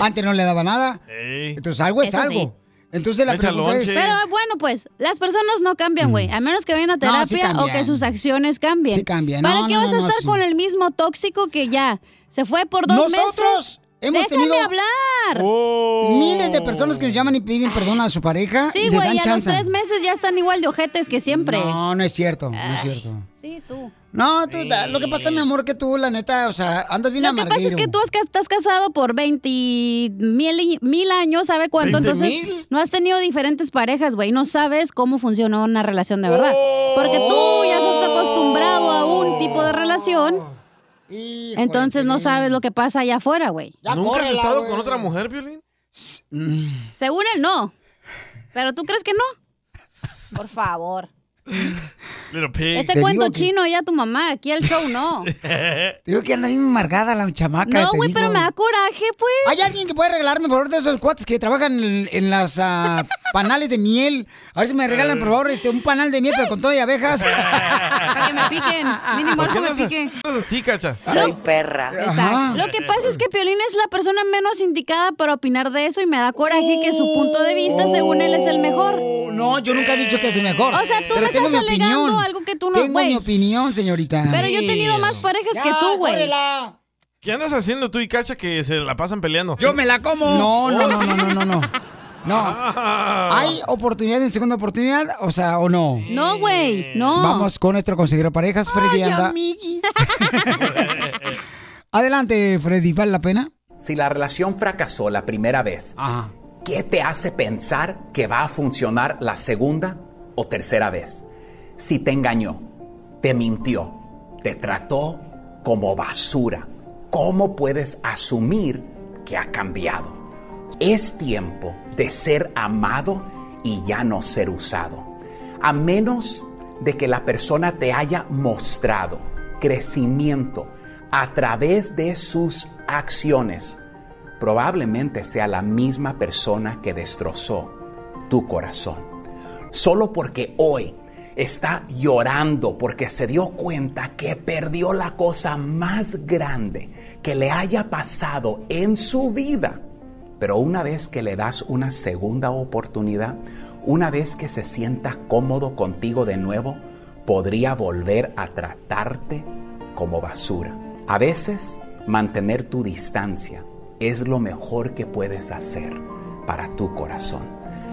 Antes no le daba nada.
Ey.
Entonces algo es
Eso sí.
algo. Entonces la
Echa
pregunta es...
Pero bueno, pues, las personas no cambian, güey. A menos que vayan a
Mm. No, sí
terapia o
cambian.
que sus acciones cambien.
Sí cambian.
¿Para
No,
qué
no,
vas
no,
a estar
sí.
con el mismo tóxico que ya se fue por dos meses?
Nosotros hemos
Déjame
tenido-
hablar! Oh.
Miles de personas que nos llaman y piden perdón a su pareja
Sí,
Ah, y le
güey,
dan
y a los
chance.
tres meses ya están igual de ojetes que siempre.
No, no es cierto, no es cierto.
Sí, tú.
No, tú, da- lo que pasa, mi amor, que tú, la neta, o sea, andas bien
Lo que
amarguero.
pasa es que tú es que estás casado por 20 mil, mil años, ¿sabe cuánto?
20
Entonces,
mil.
no has tenido diferentes parejas, güey. No sabes cómo funciona una relación de verdad. Porque tú ya estás acostumbrado a
Oh.
un tipo de relación.
pues,
Entonces, no sabes lo que pasa allá afuera, güey.
¿Nunca has estado con otra mujer, Violín?
Según él, no. ¿Pero tú crees que no? Por favor.
Little pig.
Ese cuento chino ya tu mamá, aquí el show no.
Digo que anda bien amargada la chamaca.
No,
te
güey,
digo.
pero me da coraje, pues.
¿Hay alguien que puede regalarme, por favor, de esos cuates que trabajan en, en las ah, panales de miel? A ver si me regalan, por favor, este, un panal de miel, pero con todo y abejas.
Para que me piquen. Mínimo
¿Por qué
algo me
no se-
pique.
no se- Sí, cacha.
Soy
perra.
Ah.
Exacto. Lo que pasa es que Piolín es la persona menos indicada para opinar de eso y me da coraje que su punto de vista, según él, es el mejor.
No, yo nunca he dicho que es el mejor.
O sea, tú
pero
me
tengo
estás
mi
alegando
opinión.
algo que tú no,
Tengo mi
güey.
opinión, señorita.
Pero yo he tenido más parejas que tú, güey.
¿Qué andas haciendo tú y cacha que se la pasan peleando?
Yo me la como. No, no, no, no, no, no, no. No. ¿Hay oportunidad en segunda oportunidad? O sea, o no.
No, güey, no.
Vamos con nuestro consejero parejas, Freddy anda. Adelante, Freddy, ¿vale la pena?
Si la relación fracasó la primera vez, ¿qué te hace pensar que va a funcionar la segunda o tercera vez? Si te engañó, te mintió, te trató como basura, ¿cómo puedes asumir que ha cambiado? Es tiempo de ser amado y ya no ser usado. A menos de que la persona te haya mostrado crecimiento a través de sus acciones, probablemente sea la misma persona que destrozó tu corazón. Solo porque hoy está llorando porque se dio cuenta que perdió la cosa más grande que le haya pasado en su vida. Pero una vez que le das una segunda oportunidad, una vez que se sienta cómodo contigo de nuevo, podría volver a tratarte como basura. A veces, mantener tu distancia es lo mejor que puedes hacer para tu corazón.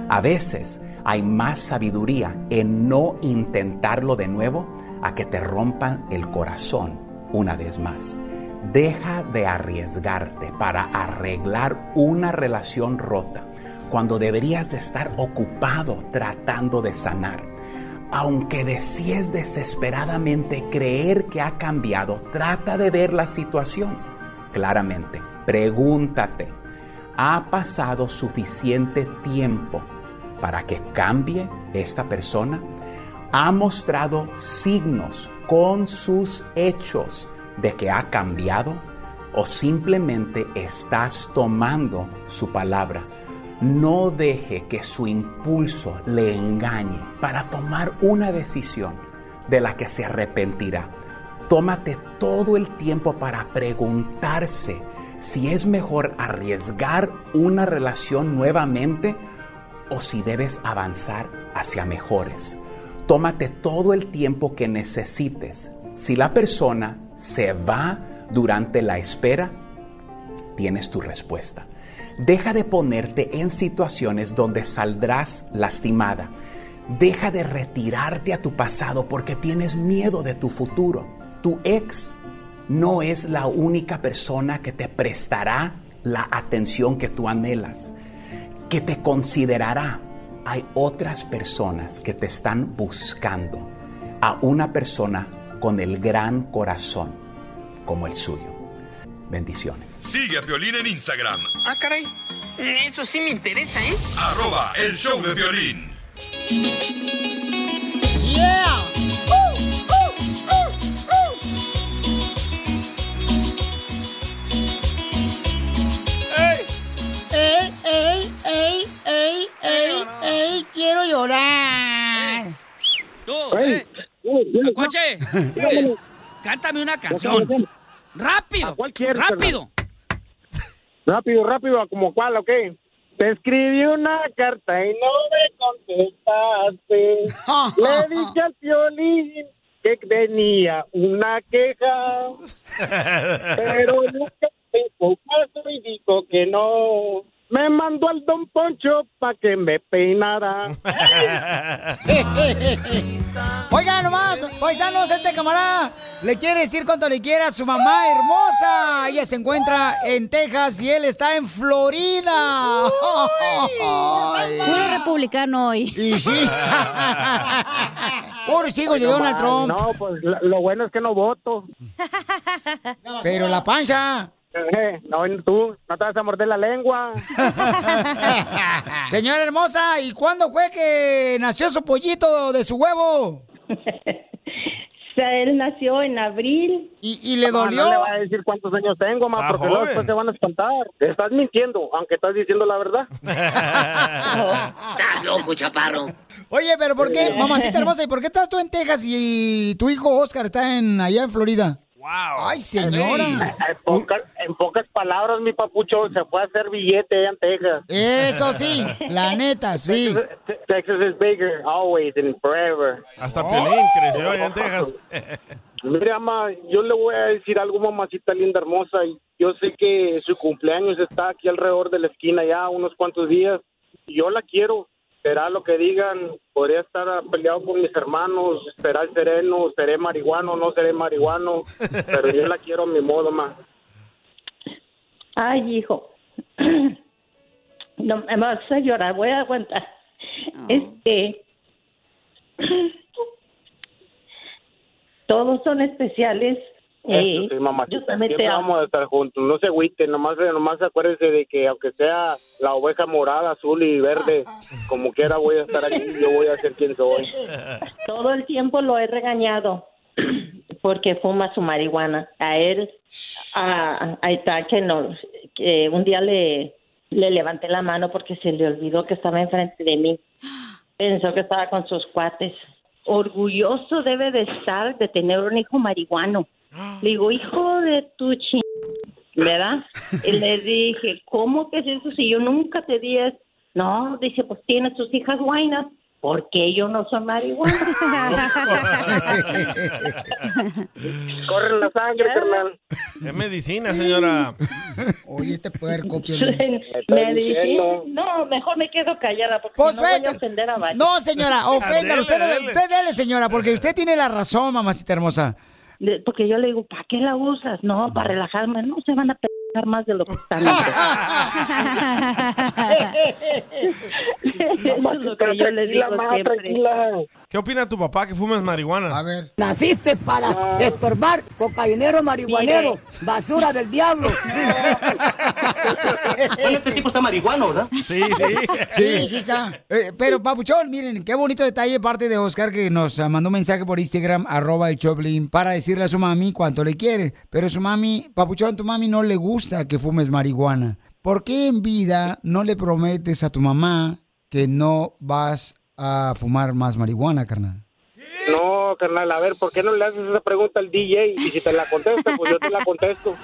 A veces hay más sabiduría en no intentarlo de nuevo a que te rompan el corazón una vez más. Deja de arriesgarte para arreglar una relación rota cuando deberías de estar ocupado tratando de sanar. Aunque desees desesperadamente creer que ha cambiado, trata de ver la situación claramente. Pregúntate, ¿ha pasado suficiente tiempo para que cambie esta persona? ha mostrado signos con sus hechos de que ha cambiado o simplemente estás tomando su palabra. No deje que su impulso le engañe para tomar una decisión de la que se arrepentirá. Tómate todo el tiempo para preguntarse si es mejor arriesgar una relación nuevamente o si debes avanzar hacia mejores. Tómate todo el tiempo que necesites. Si la persona se va, Durante la espera, tienes tu respuesta. Deja de ponerte en situaciones donde saldrás lastimada. Deja de retirarte a tu pasado porque tienes miedo de tu futuro. Tu ex no es la única persona que te prestará la atención que tú anhelas, que te considerará. Hay otras personas que te están buscando a una persona con el gran corazón como el suyo. Bendiciones.
Sigue a Piolín en Instagram,
Ah, caray. Eso sí me interesa, ¿eh?
arroba el show de violín.
¡Yeah! ¡Uh, uh, uh, uh! ¡Ey! ¡Ey, ey, ey, ey, ey, ey! ¡Quiero llorar!
Tú, eh, coche, eh, cántame una canción. Rápido, rápido.
Rápido, rápido, como cuál, ok. Te escribí una carta y no me contestaste. Le dije al violín que tenía una queja, pero nunca me hizo caso y dijo que no. Me mandó al Don Poncho para que me peinara.
Oigan nomás, paisanos, este camarada le quiere decir cuanto le quiera a su mamá hermosa. Ella se encuentra en Texas y él está en Florida.
Puro republicano hoy.
Y sí. Pobres hijos de Donald Trump.
No, pues lo, lo bueno es que no voto.
Pero la pancha.
Eh, no, tú, no te vas a morder la lengua.
Ah. Señora hermosa, ¿y cuándo fue que nació su pollito de su huevo?
Él nació en abril.
¿Y, y le
No, No le voy a decir cuántos años tengo, ma,
Ah,
porque
joven.
luego después te van a espantar. Estás mintiendo, aunque estás diciendo la verdad.
Estás loco, chaparro.
Oye, pero ¿por qué, mamacita hermosa, y por qué estás tú en Texas y tu hijo Oscar está en allá en Florida? Ay, señora.
En pocas, en pocas palabras, mi papucho se fue a hacer billete allá en Texas.
Eso sí, la neta, sí.
Texas, Texas is bigger, always and forever. Oh.
Hasta Pelín creció allá en Texas.
Mira, ma, yo le voy a decir algo, mamacita linda, hermosa. Yo sé que su cumpleaños está aquí alrededor de la esquina ya unos cuantos días. Yo la quiero. Será lo que digan. Podría estar peleado con mis hermanos. Será el sereno. Seré marihuano. No seré marihuano. Pero yo la quiero a mi modo, ma.
Ay, hijo. No me vas a llorar, voy a aguantar.
Oh.
Este. Todos son especiales. eh,
Eso sí, mamacita,
yo también te
siempre
amo.
vamos a estar juntos. No se agüiten. Nomás, nomás acuérdense de que aunque sea la oveja morada, azul y verde, como quiera voy a estar aquí. Yo voy a ser quien soy.
Todo el tiempo lo he regañado porque fuma su marihuana. A él, a, a Ita, que no, que un día le, le levanté la mano porque se le olvidó que estaba enfrente de mí. Pensó que estaba con sus cuates. Orgulloso debe de estar de tener un hijo marihuano. Le digo, hijo de tu ching... ¿Verdad? Y le dije, ¿cómo que es eso si yo nunca te di eso? No, dice, pues tienes tus hijas guainas. Porque ellos no son marihuana.
Corre la sangre, carnal.
Es medicina, señora.
Oye, este puerco,
Me dice, no, mejor me quedo callada porque
Pues
si no voy
vete.
a ofender a varios.
No, señora, ofréndalo. Usted, usted dele, señora, porque usted tiene la razón, mamacita hermosa.
De- Porque yo le digo, ¿para qué la usas? No, para relajarme. No, se van a pensar más de lo que están. Eso es lo que yo le digo siempre.
¿Qué opina tu papá que fumes marihuana? A
ver.
Naciste para estorbar, cocainero, marihuanero, basura del diablo.
Bueno, este tipo está marihuano, ¿verdad?
Sí,
sí.
Sí, sí está. Eh, pero, Papuchón, miren, qué bonito detalle de parte de Oscar que nos ah, mandó un mensaje por Instagram, arroba el Choplin, para decirle a su mami cuánto le quiere. Pero su mami, Papuchón, tu mami no le gusta que fumes marihuana. ¿Por qué en vida no le prometes a tu mamá que no vas a fumar más marihuana, carnal?
No, No, carnal, a ver, ¿por qué no le haces esa pregunta al DJ? Y si te la contesta, pues yo te la contesto.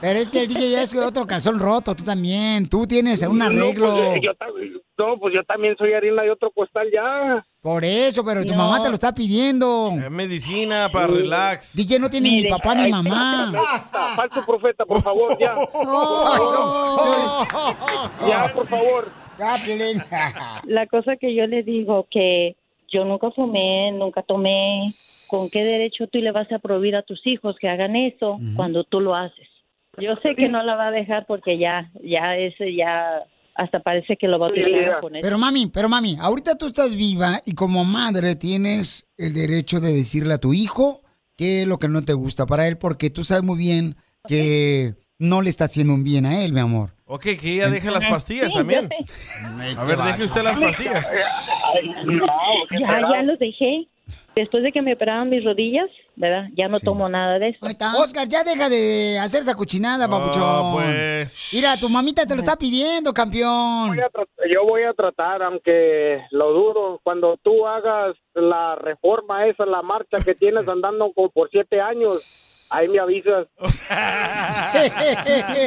Pero es que el DJ ya es otro calzón roto, tú también. Tú tienes un
No, pues,
arreglo.
yo- yo tam- no, pues yo también soy harina de otro costal ya.
Por eso, pero tu mamá te lo está pidiendo.
Es medicina para relax.
DJ Uh, no tiene ni papá ni mamá.
Falso profeta, por favor, ya.
Oh,
Oh.
Ya,
por favor.
Ya, Piolín.
La cosa que yo le digo que yo nunca fumé, nunca tomé. ¿Con qué derecho tú le vas a prohibir a tus hijos que hagan eso cuando tú lo haces? Yo sé que no la va a dejar porque ya, ya ese ya hasta parece que lo va a utilizar con eso.
Pero mami, pero mami, ahorita tú estás viva y como madre tienes el derecho de decirle a tu hijo qué es lo que no te gusta para él, porque tú sabes muy bien que no le está haciendo un bien a él, mi amor.
Ok, que ella deje las pastillas
Sí,
también.
yo
A ver, deje usted las pastillas.
ya, ya los dejé. Después de que me operaron mis rodillas, ¿verdad? Ya no tomo nada de eso.
Oscar, ya deja de hacer esa
Ah,
cochinada, papuchón.
pues.
Mira, tu mamita te lo está pidiendo, campeón.
Yo voy a tratar, aunque lo duro, cuando tú hagas la reforma esa, la marcha que tienes andando como por siete años, ahí me avisas.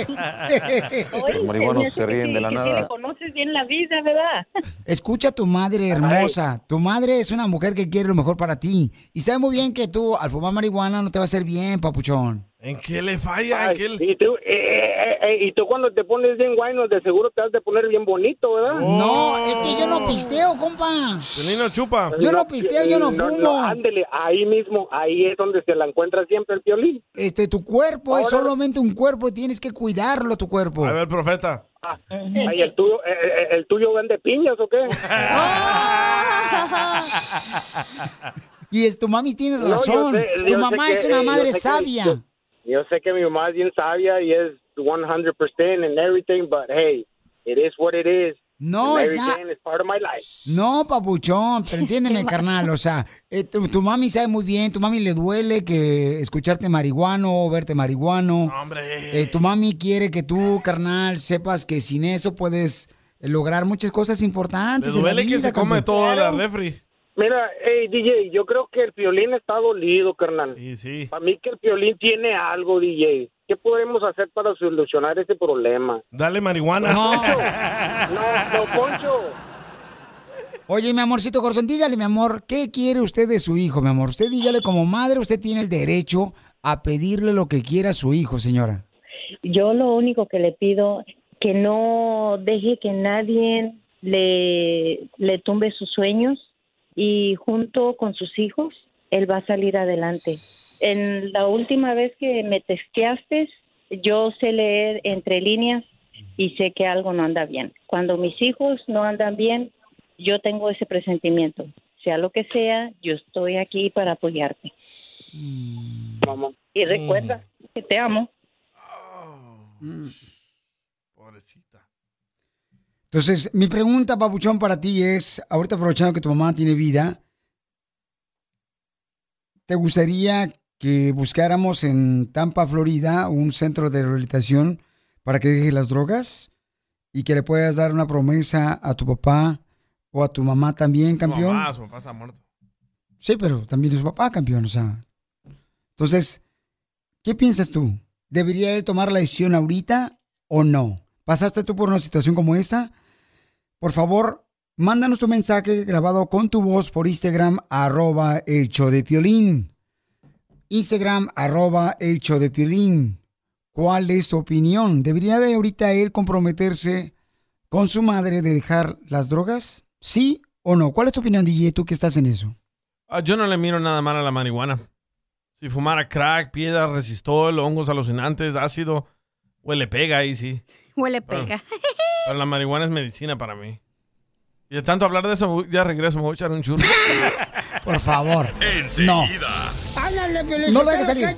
Los marihuanos se ríen de la nada.
conoces bien la vida, ¿verdad?
Escucha a tu madre hermosa. Tu madre es una mujer que quiere lo mejor para ti. Y sabe muy bien que tú, al fumar marihuana, no te va a hacer bien, papuchón.
¿En qué le falla? ¿En qué le-
Y tú, eh, eh, eh, eh, y tú cuando te pones bien guayno, de seguro te has de poner bien bonito, ¿verdad?
No, es que yo no pisteo, compa.
Piolino chupa.
Yo no pisteo, yo no fumo.
eh, ándele, ahí mismo, ahí es donde se la encuentra siempre el piolín.
Este, tu cuerpo es
Ahora-
solamente un cuerpo y tienes que cuidarlo, tu cuerpo.
A ver, profeta.
Ay, Ah, el tuyo, eh, eh, el tuyo vende piñas o qué?
Y es, tu mami tiene
No, yo
razón.
sé,
tu
yo
mamá
sé
es
que,
una
eh, yo
madre
sé que-
sabia.
yo- Yo sé que mi mamá es bien sabia y es 100% and everything, but hey, it is what it is.
No,
And
it's not.
everything is part of my life.
No, papuchón, pero entiéndeme, carnal, o sea, eh, tu, tu mami sabe muy bien, tu mami le duele que escucharte marihuano o verte marihuano.
Hombre.
Eh, tu mami quiere que tú, carnal, sepas que sin eso puedes lograr muchas cosas
Le
importantes en la
duele que
vida,
se come
campeón.
todo la refri.
Mira, hey, DJ, yo creo que el violín está dolido, carnal.
Sí, sí.
Para mí que el violín tiene algo, DJ. ¿Qué podemos hacer para solucionar ese problema?
Dale marihuana.
No, no, Poncho.
Oye, mi amorcito corazón, dígale, mi amor, ¿qué quiere usted de su hijo, mi amor? Usted dígale, como madre, usted tiene el derecho a pedirle lo que quiera a su hijo, señora.
Yo lo único que le pido que no deje que nadie le, le tumbe sus sueños y junto con sus hijos él va a salir adelante. En la última vez que me testeaste, yo sé leer entre líneas y sé que algo no anda bien. Cuando mis hijos no andan bien, yo tengo ese presentimiento. Sea lo que sea, yo estoy aquí para apoyarte.
Mamá.
Y recuerda que te amo.
Entonces, mi pregunta, Papuchón, para ti es, ahorita aprovechando que tu mamá tiene vida, ¿te gustaría que buscáramos en Tampa, Florida, un centro de rehabilitación para que deje las drogas y que le puedas dar una promesa a tu papá o a tu mamá también, campeón?
Mamá, su papá está muerto.
Sí, pero también es su papá, campeón, o sea. Entonces, ¿qué piensas tú? ¿Debería él tomar la decisión ahorita o no? ¿Pasaste tú por una situación como esta? Por favor, mándanos tu mensaje grabado con tu voz por Instagram, arroba el show de Piolín. Instagram, arroba el show de Piolín. ¿Cuál es tu opinión? ¿Debería de ahorita él comprometerse con su madre de dejar las drogas? ¿Sí o no? ¿Cuál es tu opinión, DJ, tú que estás en eso?
Ah, yo no le miro nada mal a la marihuana. Si fumara crack, piedra, resistol, hongos alucinantes, ácido, pues le pega ahí sí.
Huele pega.
Pero la marihuana es medicina para mí. Y de tanto hablar de eso, ya regreso, me voy a echar un churro.
Por favor.
Enseguida.
No lo hagas salir.
El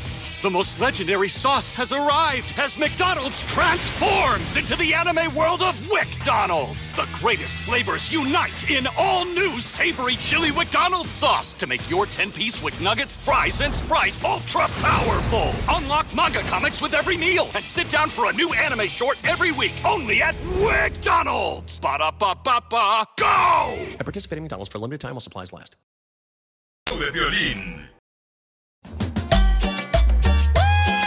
The most legendary sauce has arrived as McDonald's transforms into the anime world of WickDonald's. The greatest flavors unite in all new savory chili McDonald's sauce to make your 10-piece Wick Nuggets, fries, and Sprite ultra-powerful. Unlock manga comics with every meal and sit down for a new anime short every week only at WickDonald's. Ba-da-ba-ba-ba, go!
At participating McDonald's for a limited time while supplies last.
De violín.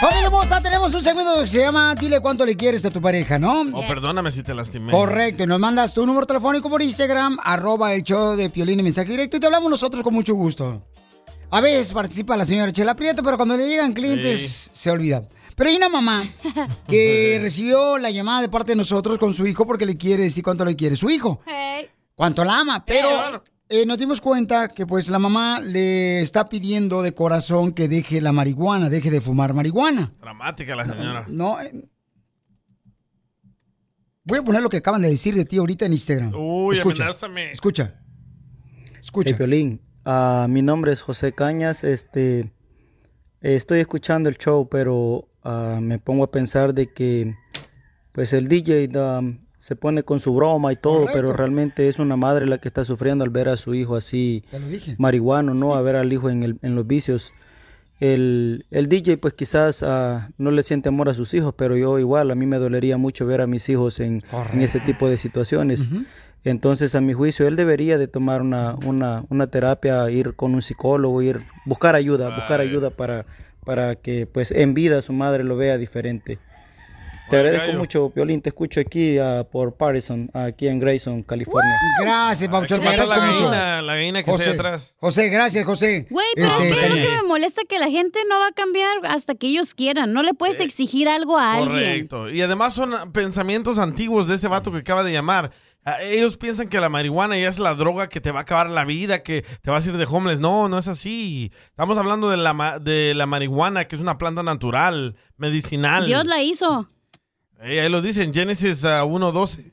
Familia hermosa, tenemos un segmento que se llama Dile cuánto le quieres a tu pareja, ¿no?
Oh, perdóname si te lastimé.
Correcto, y nos mandas tu número telefónico por Instagram, arroba el show de Piolín y mensaje directo y te hablamos nosotros con mucho gusto. A veces participa la señora Chela Prieto, pero cuando le llegan clientes
Sí.
se olvida. Pero hay una mamá que recibió la llamada de parte de nosotros con su hijo porque le quiere decir cuánto le quiere su hijo. cuánto la ama, pero eh, nos dimos cuenta que pues la mamá le está pidiendo de corazón que deje la marihuana, deje de fumar marihuana.
Dramática la señora.
No. eh, Voy a poner lo que acaban de decir de ti ahorita en Instagram.
Uy,
escucha,
amenázame.
escucha. Escucha.
Hey, Piolín, ah, mi nombre es José Cañas. Este, eh, estoy escuchando el show, pero ah, me pongo a pensar de que, pues el DJ da- se pone con su broma y todo, pero realmente es una madre la que está sufriendo al ver a su hijo así
Te lo dije.
marihuano, no, a ver al hijo en, el- en los vicios. El, el DJ pues quizás ah, no le siente amor a sus hijos, pero yo igual, a mí me dolería mucho ver a mis hijos en, en ese tipo de situaciones. Entonces, a mi juicio, él debería de tomar una, una, una terapia, ir con un psicólogo, ir buscar ayuda, buscar ayuda para, para que pues en vida su madre lo vea diferente. Te agradezco
gallo.
mucho, Piolín, te escucho aquí ah, por Patterson, aquí en Grayson, California.
Gracias, Pabuchón. Te
Mata
agradezco
la
mucho.
gallina, la gallina que
José,
está ahí atrás.
José, gracias, José.
Güey, pero
Este,
es que es lo
Caña.
que me molesta que la gente no va a cambiar hasta que ellos quieran. No le puedes exigir algo a alguien.
Correcto. Y además son pensamientos antiguos de este vato que acaba de llamar. Ah, Ellos piensan que la marihuana ya es la droga que te va a acabar la vida, que te vas a ir de homeless. No, no es así. Estamos hablando de la, ma- de la marihuana, que es una planta natural, medicinal.
Dios la hizo.
Eh, ahí lo dicen, Génesis ah, 1.12.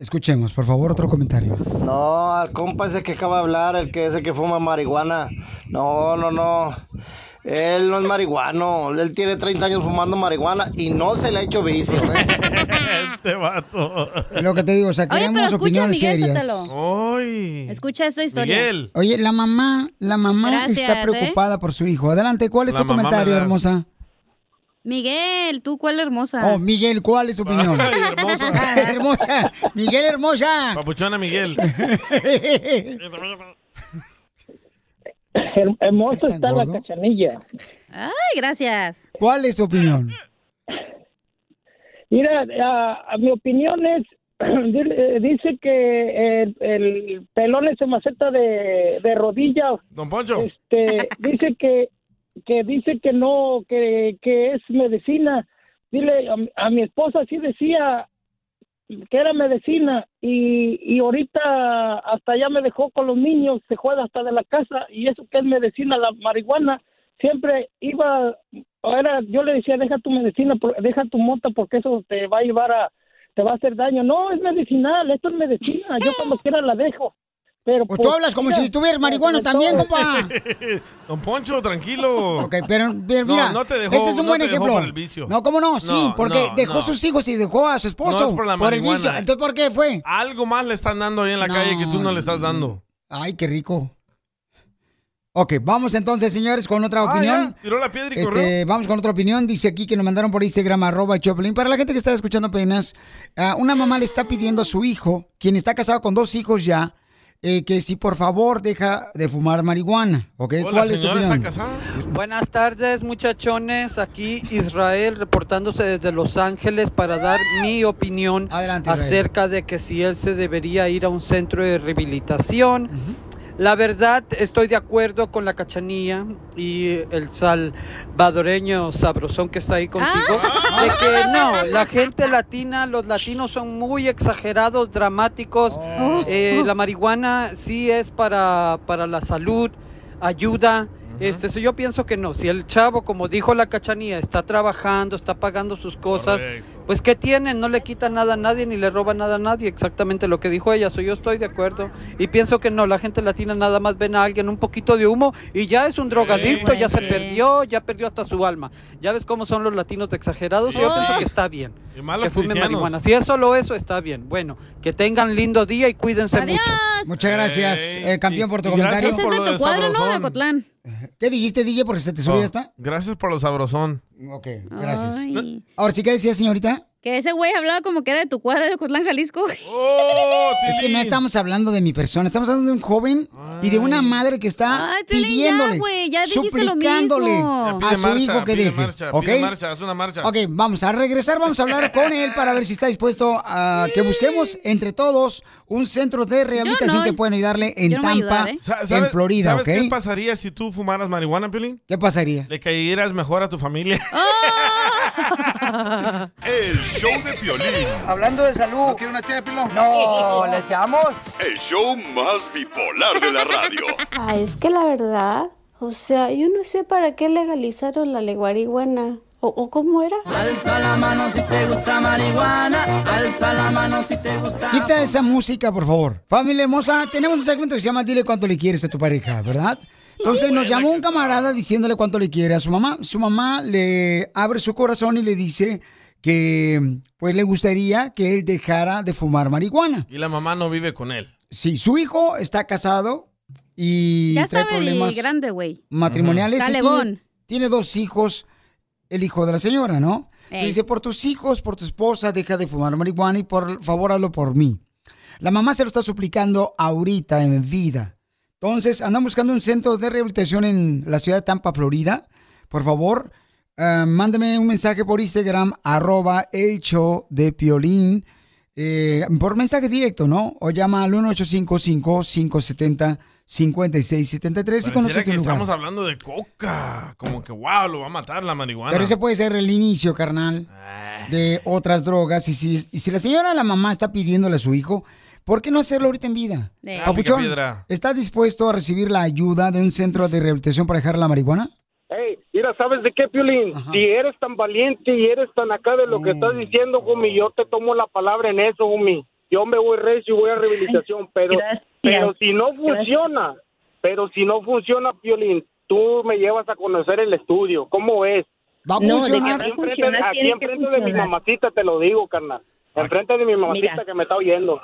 Escuchemos, por favor, otro comentario.
No, al compa ese que acaba de hablar, el que ese que fuma marihuana. No, no, no. Él no es marihuano. Él tiene 30 años fumando marihuana y no se le ha hecho vicio. ¿eh?
Este vato.
Es Lo que te digo, o sea, queremos opiniones serias.
Escucha esta historia.
Oye, la mamá, la mamá
Gracias,
está
¿eh?
preocupada por su hijo. Adelante, ¿cuál es
La
tu
mamá
comentario,
me da-
hermosa?
Miguel, tú cuál hermosa.
Oh, Miguel, ¿cuál es tu opinión?
Ah.
Ah,
Ay, hermosa.
hermosa. Miguel, hermosa.
Papuchona Miguel.
Hermoso está la cachanilla.
Ay, gracias.
¿Cuál es tu opinión?
Mira, a, a mi opinión es, dile- eh, dice que el, el pelón se maceta de, de rodilla.
Don Poncho.
Este, dice que, que dice que no, que, que es medicina. Dile, a, mi- a mi esposa sí decía que era medicina y, y ahorita hasta ya me dejó con los niños, se juega hasta de la casa y eso que es medicina, la marihuana, siempre iba, era, yo le decía, deja tu medicina, por- deja tu mota porque eso te va a llevar a, te va a hacer daño. No, es medicinal, esto es medicina, yo cuando quiera la dejo. Pero
Pues tú hablas como si estuvieras marihuana también, compa.
Don Poncho, tranquilo.
Ok, pero, pero
No,
mira,
no te dejó-
este es un
no
buen
te dejó
ejemplo.
por el vicio.
No, ¿cómo no? Sí,
No,
porque
no,
dejó
no.
a sus hijos y dejó a su esposo
No es por la
el
marihuana.
vicio. Entonces, ¿por qué fue?
Algo más le están dando ahí en la calle que tú no le estás dando.
Ay, qué rico. Ok, vamos entonces, señores, con otra
Ah,
opinión.
ya, tiró la piedra y corrió.
Este, vamos con otra opinión. Dice aquí que nos mandaron por Instagram arroba el Choplin. Para la gente que está escuchando apenas, ah, una mamá le está pidiendo a su hijo, quien está casado con dos hijos ya, eh, que si por favor deja de fumar marihuana. ¿Ok? ¿Cuál es tu opinión?
Buenas tardes, muchachones. Aquí Israel reportándose desde Los Ángeles para dar mi opinión
Israel.
acerca de que si él se debería ir a un centro de rehabilitación La verdad, estoy de acuerdo con la cachanilla y el salvadoreño sabrosón que está ahí contigo.
Ah.
De que no, la gente latina, los latinos son muy exagerados, dramáticos.
Oh.
Eh, la marihuana sí es para, para la salud, ayuda. Este, so yo pienso que no. Si el chavo, como dijo la cachanía, está trabajando, está pagando sus cosas,
Correcto.
pues ¿qué tiene? No le quita nada a nadie ni le roba nada a nadie. Exactamente lo que dijo ella. So yo estoy de acuerdo y pienso que no. La gente latina nada más ven a alguien un poquito de humo y ya es un drogadicto, ya se perdió, ya perdió hasta su alma. Ya ves cómo son los latinos de exagerados. Yo
Sí.
pienso que está bien.
Y malos
que fumen
cristianos.
marihuana. Si es solo eso, está bien. Bueno, que tengan lindo día y cuídense mucho.
Muchas gracias, eh, campeón, por tu comentario.
Acotlán.
¿Qué dijiste, DJ? Porque se te subió
No,
esta.
Oh. Gracias por lo sabrosón.
Ok, gracias.
Ay.
Ahora sí, ¿qué decía, señorita?
Que ese güey hablaba como que era de tu cuadra de Ocotlán, Jalisco.
Es que no estamos hablando de mi persona, estamos hablando de un joven y de una madre que está
Piolín, ya,
pidiéndole,
güey, ya dijiste lo
suplicándole
mismo.
a su hijo que
pide
deje.
Marcha,
¿ok?
Pide marcha, haz una marcha.
Ok, vamos a regresar, vamos a hablar con él para ver si está dispuesto a que busquemos entre todos un centro de rehabilitación
no,
que pueden ayudarle en Tampa,
Sa-
en
sabes-
Florida,
¿sabes
¿ok?
qué pasaría si tú fumaras marihuana, Piolín?
¿Qué pasaría?
Le caerías mejor a tu familia.
El show de Piolín.
Hablando de salud. ¿No quiere una No, ¿le echamos?
El show más bipolar de la radio.
Ah, es que la verdad, o sea, yo no sé para qué legalizaron la leguarigüena. ¿O, o cómo era?
Alza la mano si te gusta marihuana. Alza la mano si te gusta.
Quita esa música, por favor. Familia hermosa, tenemos un segmento que se llama Dile cuánto le quieres a tu pareja, ¿verdad? Entonces nos llamó un camarada diciéndole cuánto le quiere a su mamá. Su mamá le abre su corazón y le dice que pues le gustaría que él dejara de fumar marihuana.
Y la mamá no vive con él.
Si su hijo está casado y
ya
trae
estaba el
problemas
grande, güey.
matrimoniales. y
Calegón.
Tiene, tiene dos hijos, el hijo de la señora, ¿no?
Ey.
Que Dice, por tus hijos, por tu esposa, deja de fumar marihuana y por favor hazlo por mí. La mamá se lo está suplicando ahorita en vida. Entonces, andan buscando un centro de rehabilitación en la ciudad de Tampa, Florida. Por favor, eh, mándame un mensaje por Instagram, arroba el show de Piolín. eh, por mensaje directo, ¿no? O llama al 1855-570-5673 y
Pareciera
conoces tu
que
lugar.
estamos hablando de coca. Como que, wow, lo va a matar la marihuana.
Pero ese puede ser el inicio, carnal, de otras drogas. Y si, y si la señora, la mamá, está pidiéndole a su hijo, ¿por qué no hacerlo ahorita en vida?
Sí.
Ah,
Papuchón,
pica piedra.
¿estás dispuesto a recibir la ayuda de un centro de rehabilitación para dejar la marihuana?
Hey, mira, ¿sabes de qué, Piolín? Si eres tan valiente y eres tan acá de lo que estás
Mm.
diciendo, Gumi, yo te tomo la palabra en eso, Gumi. Yo me voy recio y voy a rehabilitación, pero, pero si no funciona, pero si no funciona, Piolín, tú me llevas a conocer el estudio. ¿Cómo es?
Va a No, de que funcionar. va a
Aquí enfrente-
funcionar,
aquí
tiene que
enfrente de mi
funcionar.
mamacita te lo digo, carnal. Enfrente de mi mamacita
Mira.
que me está oyendo.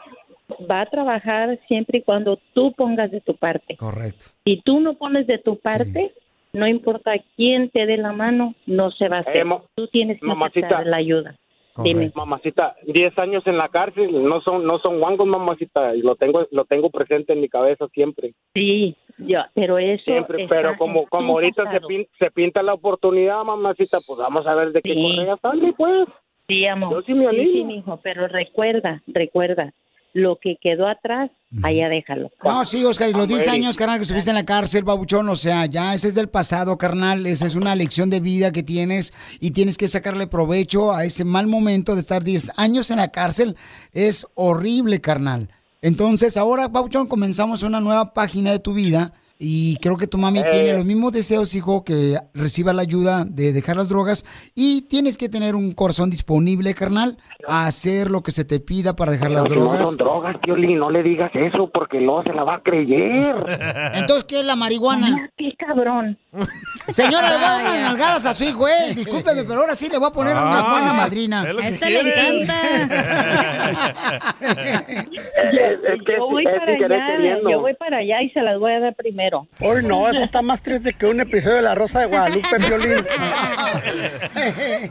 Va a trabajar siempre y cuando tú pongas de tu parte.
Correcto.
Si tú no pones de tu parte, no importa quién te dé la mano, no se va a hacer.
Eh, mo-
tú tienes que
mamacita.
aceptar la ayuda. Dime.
Mamacita, 10 años en la cárcel no son no son guangos, mamacita, y lo tengo lo tengo presente en mi cabeza siempre.
Sí, yo, pero eso
Siempre,
está
pero como
en
como
tu
ahorita se,
pasado.
pin- se pinta la oportunidad, mamacita, pues vamos a ver de qué
Sí.
correa sale, pues.
Sí, amor.
Yo sí me
Sí,
animo.
sí, mijo, pero recuerda, recuerda, lo que quedó atrás, allá déjalo.
No, sí, Oscar, y los 10
Amén.
años, carnal, que estuviste en la cárcel, babuchón, o sea, ya ese es del pasado, carnal, esa es una lección de vida que tienes y tienes que sacarle provecho a ese mal momento de estar 10 años en la cárcel, es horrible, carnal. Entonces, ahora, babuchón, comenzamos una nueva página de tu vida y creo que tu mami
Eh.
tiene los mismos deseos, hijo, que reciba la ayuda de dejar las drogas y tienes que tener un corazón disponible, carnal, a hacer lo que se te pida para dejar las
Pero si No
drogas.
son drogas, Piolín, no le digas eso porque no se la va a creer.
Entonces, ¿qué es la marihuana?
¡Qué cabrón!
Señora, le voy a dar unas nalgadas a su hijo, eh. Discúlpeme, pero ahora sí le voy a poner una
Ah,
buena madrina.
es lo A que esta le quieres.
Es- es que
Yo voy
es
para
sin querer
allá,
queriendo.
yo voy para allá y se las voy a dar primero.
Hoy no, eso está más triste que un episodio de La Rosa de Guadalupe, Piolín.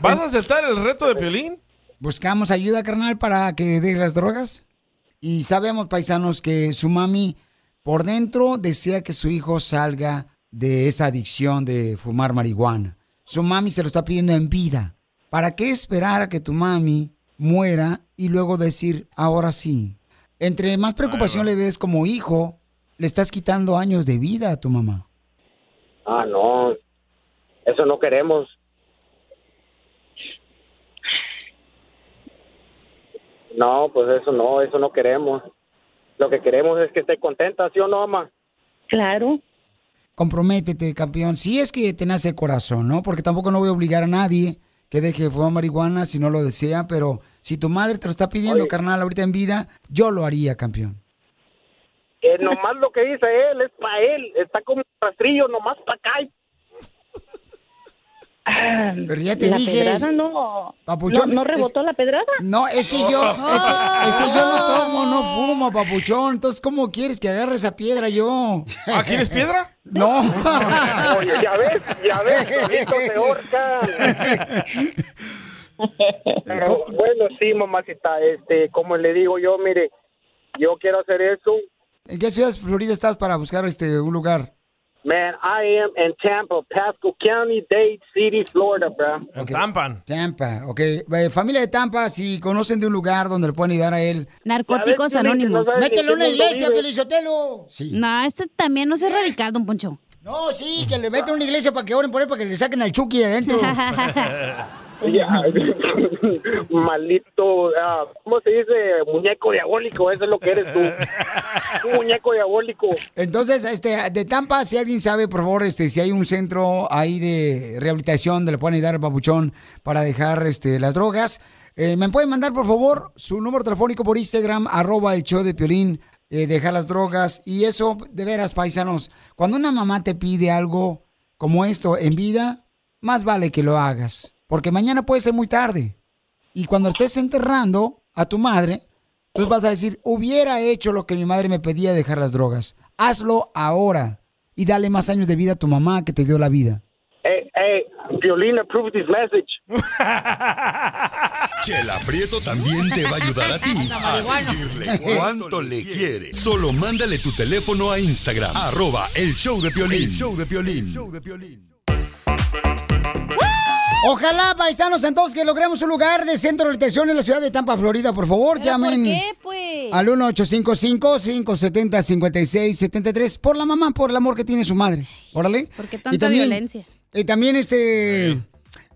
¿Vas a aceptar el reto de Piolín?
Buscamos ayuda, carnal, para que deje las drogas. Y sabemos, paisanos, que su mami por dentro desea que su hijo salga de esa adicción de fumar marihuana. Su mami se lo está pidiendo en vida. ¿Para qué esperar a que tu mami muera y luego decir, ahora sí? Entre más preocupación le des como hijo, le estás quitando años de vida a tu mamá.
Ah, no. Eso no queremos. No, pues eso no, eso no queremos. Lo que queremos es que esté contenta, ¿sí o no, mamá?
Claro. Comprométete, campeón. Si es que te nace el corazón, ¿no? Porque tampoco no voy a obligar a nadie que deje de fumar marihuana si no lo desea, pero si tu madre te lo está pidiendo,
Oye.
carnal, ahorita en vida, yo lo haría, campeón.
Que nomás lo que dice él es para él. Está como un rastrillo, nomás para acá. y-
Pero ya te
La
dije.
pedrada
no.
Ah. ¿No- no rebotó Ah.
la pedrada? No, es que yo, es que, es que yo no tomo, no fumo, papuchón. Entonces, ¿cómo quieres que agarre esa piedra yo?
¿Ah, quieres piedra?
No.
Oye, ya ves, ya ves, solito te ahorcan. Pero bueno, sí, mamacita, este, como le digo yo, mire, yo quiero hacer eso.
¿En qué ciudad de Florida estás para buscar este un lugar?
Man, I am in Tampa, Pasco County, Dade City, Florida, bro.
Tampa. Tampa, ok. Eh, familia de Tampa, si conocen de un lugar donde le pueden ayudar a él.
Narcóticos Ya ves, Piolín, que no Anónimos. sabes ni
Mételo
qué
en una
mundo
iglesia,
vives.
Pelizotelo. Sí.
No, este también no se ha radicado, don Poncho.
No, sí, que le meten a una iglesia para que oren por él, para que le saquen al Chucky de adentro.
Ya. Maldito, ah, ¿cómo se dice? Muñeco diabólico, eso es lo que eres tú. Un muñeco diabólico.
Entonces, este, de Tampa, si alguien sabe, por favor, este, si hay un centro ahí de rehabilitación donde le pueden ayudar al babuchón para dejar este, las drogas, eh, me pueden mandar, por favor, su número telefónico por Instagram, arroba el show de Piolín, eh, dejar las drogas. Y eso, de veras, paisanos, cuando una mamá te pide algo como esto en vida, más vale que lo hagas, porque mañana puede ser muy tarde. Y cuando estés enterrando a tu madre, tú vas a decir, hubiera hecho lo que mi madre me pedía dejar las drogas. Hazlo ahora y dale más años de vida a tu mamá que te dio la vida.
Hey, hey, Eh, Violín approves this message.
Chela Prieto también te va a ayudar a ti a decirle cuánto le quiere. Solo mándale tu teléfono a Instagram, arroba el show de Piolín. show de
Ojalá, paisanos, entonces que logremos un lugar de centro de rehabilitación en la ciudad de Tampa, Florida. Por pues? favor, llamen al 1-855-570-5673 por la mamá, por el amor que tiene su madre. Órale. ¿Por qué
tanta violencia?
Y también, este,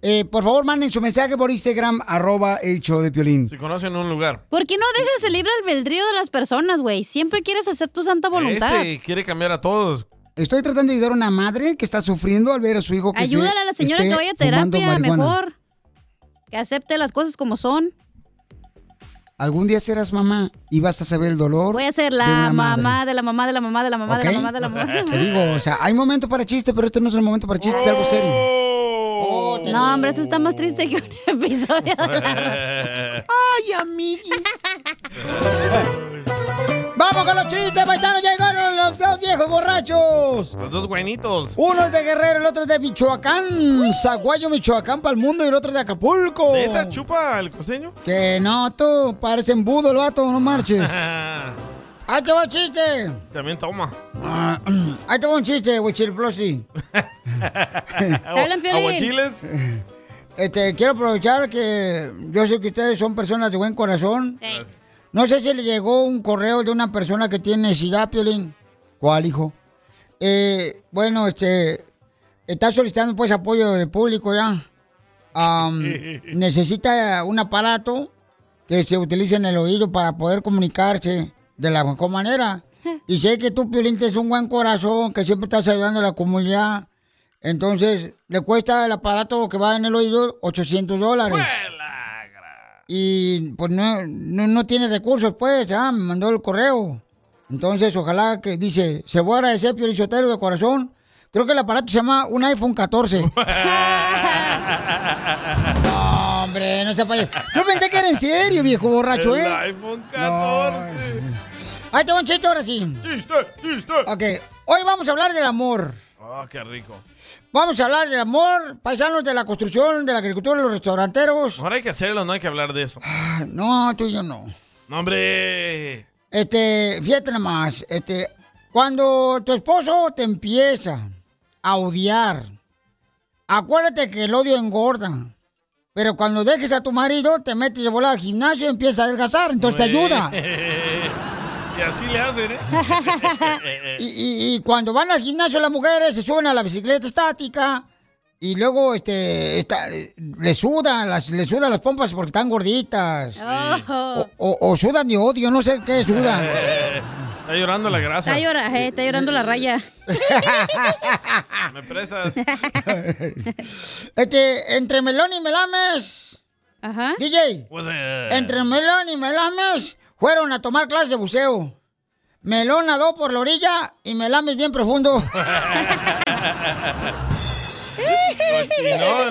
eh, por favor, manden su mensaje por Instagram, arroba el show de Piolín.
Si conocen un lugar.
¿Por qué no dejas el libre albedrío de las personas, güey? Siempre quieres hacer tu santa voluntad.
Este quiere cambiar a todos.
Estoy tratando de ayudar a una madre que está sufriendo al ver a su hijo que se
Ayúdala a la señora
esté
que vaya a
fumando
terapia
marihuana.
mejor. Que acepte las cosas como son.
Algún día serás mamá y vas a saber el dolor.
Voy a ser
de
la
una madre.
mamá de la mamá de la mamá de la mamá de
¿Ok?
la mamá de la mamá. de la
Te
mamá.
digo, o sea, hay momento para chiste, pero este no es el momento para chiste, es algo serio.
No, hombre, eso está más triste que un episodio de la
¡Ay, amiguis! ¡Vamos con los chistes, paisanos! ¡Llegaron los dos viejos borrachos!
Los dos guainitos.
Uno es de Guerrero, el otro es de Michoacán, Zaguayo, Michoacán, para el mundo, y el otro es de Acapulco.
¿Neta chupa el costeño?
Que no, tú, parece embudo el vato, no marches. ¡Ahí te va el chiste!
También toma.
Ah, ahí te va un chiste, Wichirplosi.
Agua- Aguachiles.
Este, quiero aprovechar que yo sé que ustedes son personas de buen corazón. No sé si le llegó un correo de una persona que tiene SIDA, Piolín. ¿Cuál, hijo? Eh, bueno, este, está solicitando pues apoyo del público ya. Am, necesita un aparato que se utilice en el oído para poder comunicarse de la mejor manera. Y sé que tú, Piolín, es un buen corazón, que siempre estás ayudando a la comunidad. Entonces, le cuesta el aparato que va en el oído 800 dólares. Y pues no, no, no tiene recursos, pues, ah, me mandó el correo. Entonces, ojalá que dice, se voy a agradecer, Piolín Sotelo, de corazón. Creo que el aparato se llama un iPhone 14. No, hombre, no se payaso. Yo pensé que era en serio, viejo borracho,
El
¿eh?
iPhone
14. Ahí te va un chiste ahora sí. Chiste, chiste. Ok, hoy vamos a hablar del amor.
Ah, qué rico.
Vamos a hablar del amor, paisanos de la construcción, de la agricultura, de los restauranteros.
Mejor hay que hacerlo, no hay que hablar de eso.
Ah, No, tú y yo no.
No, hombre.
Este, fíjate nomás, este, cuando tu esposo te empieza a odiar, acuérdate que el odio engorda. Pero cuando Pues dejes a tu marido, te metes de volada al gimnasio y empiezas a adelgazar, entonces te ayuda.
Y así le hacen, ¿eh?
Y, y- y cuando van al gimnasio las mujeres se suben a la bicicleta estática y luego este está, le sudan las le sudan las pompas porque están gorditas.
Oh.
O, o- o sudan de odio, no sé qué sudan.
Está llorando la grasa.
Está, llora, eh, está llorando la raya.
¿Me prestas?
Este, entre melón y melames.
Ajá.
DJ.
Pues, eh,
Entre melón y melames fueron a tomar clases de buceo. Melón nadó por la orilla y melames bien profundo.
Cochinón.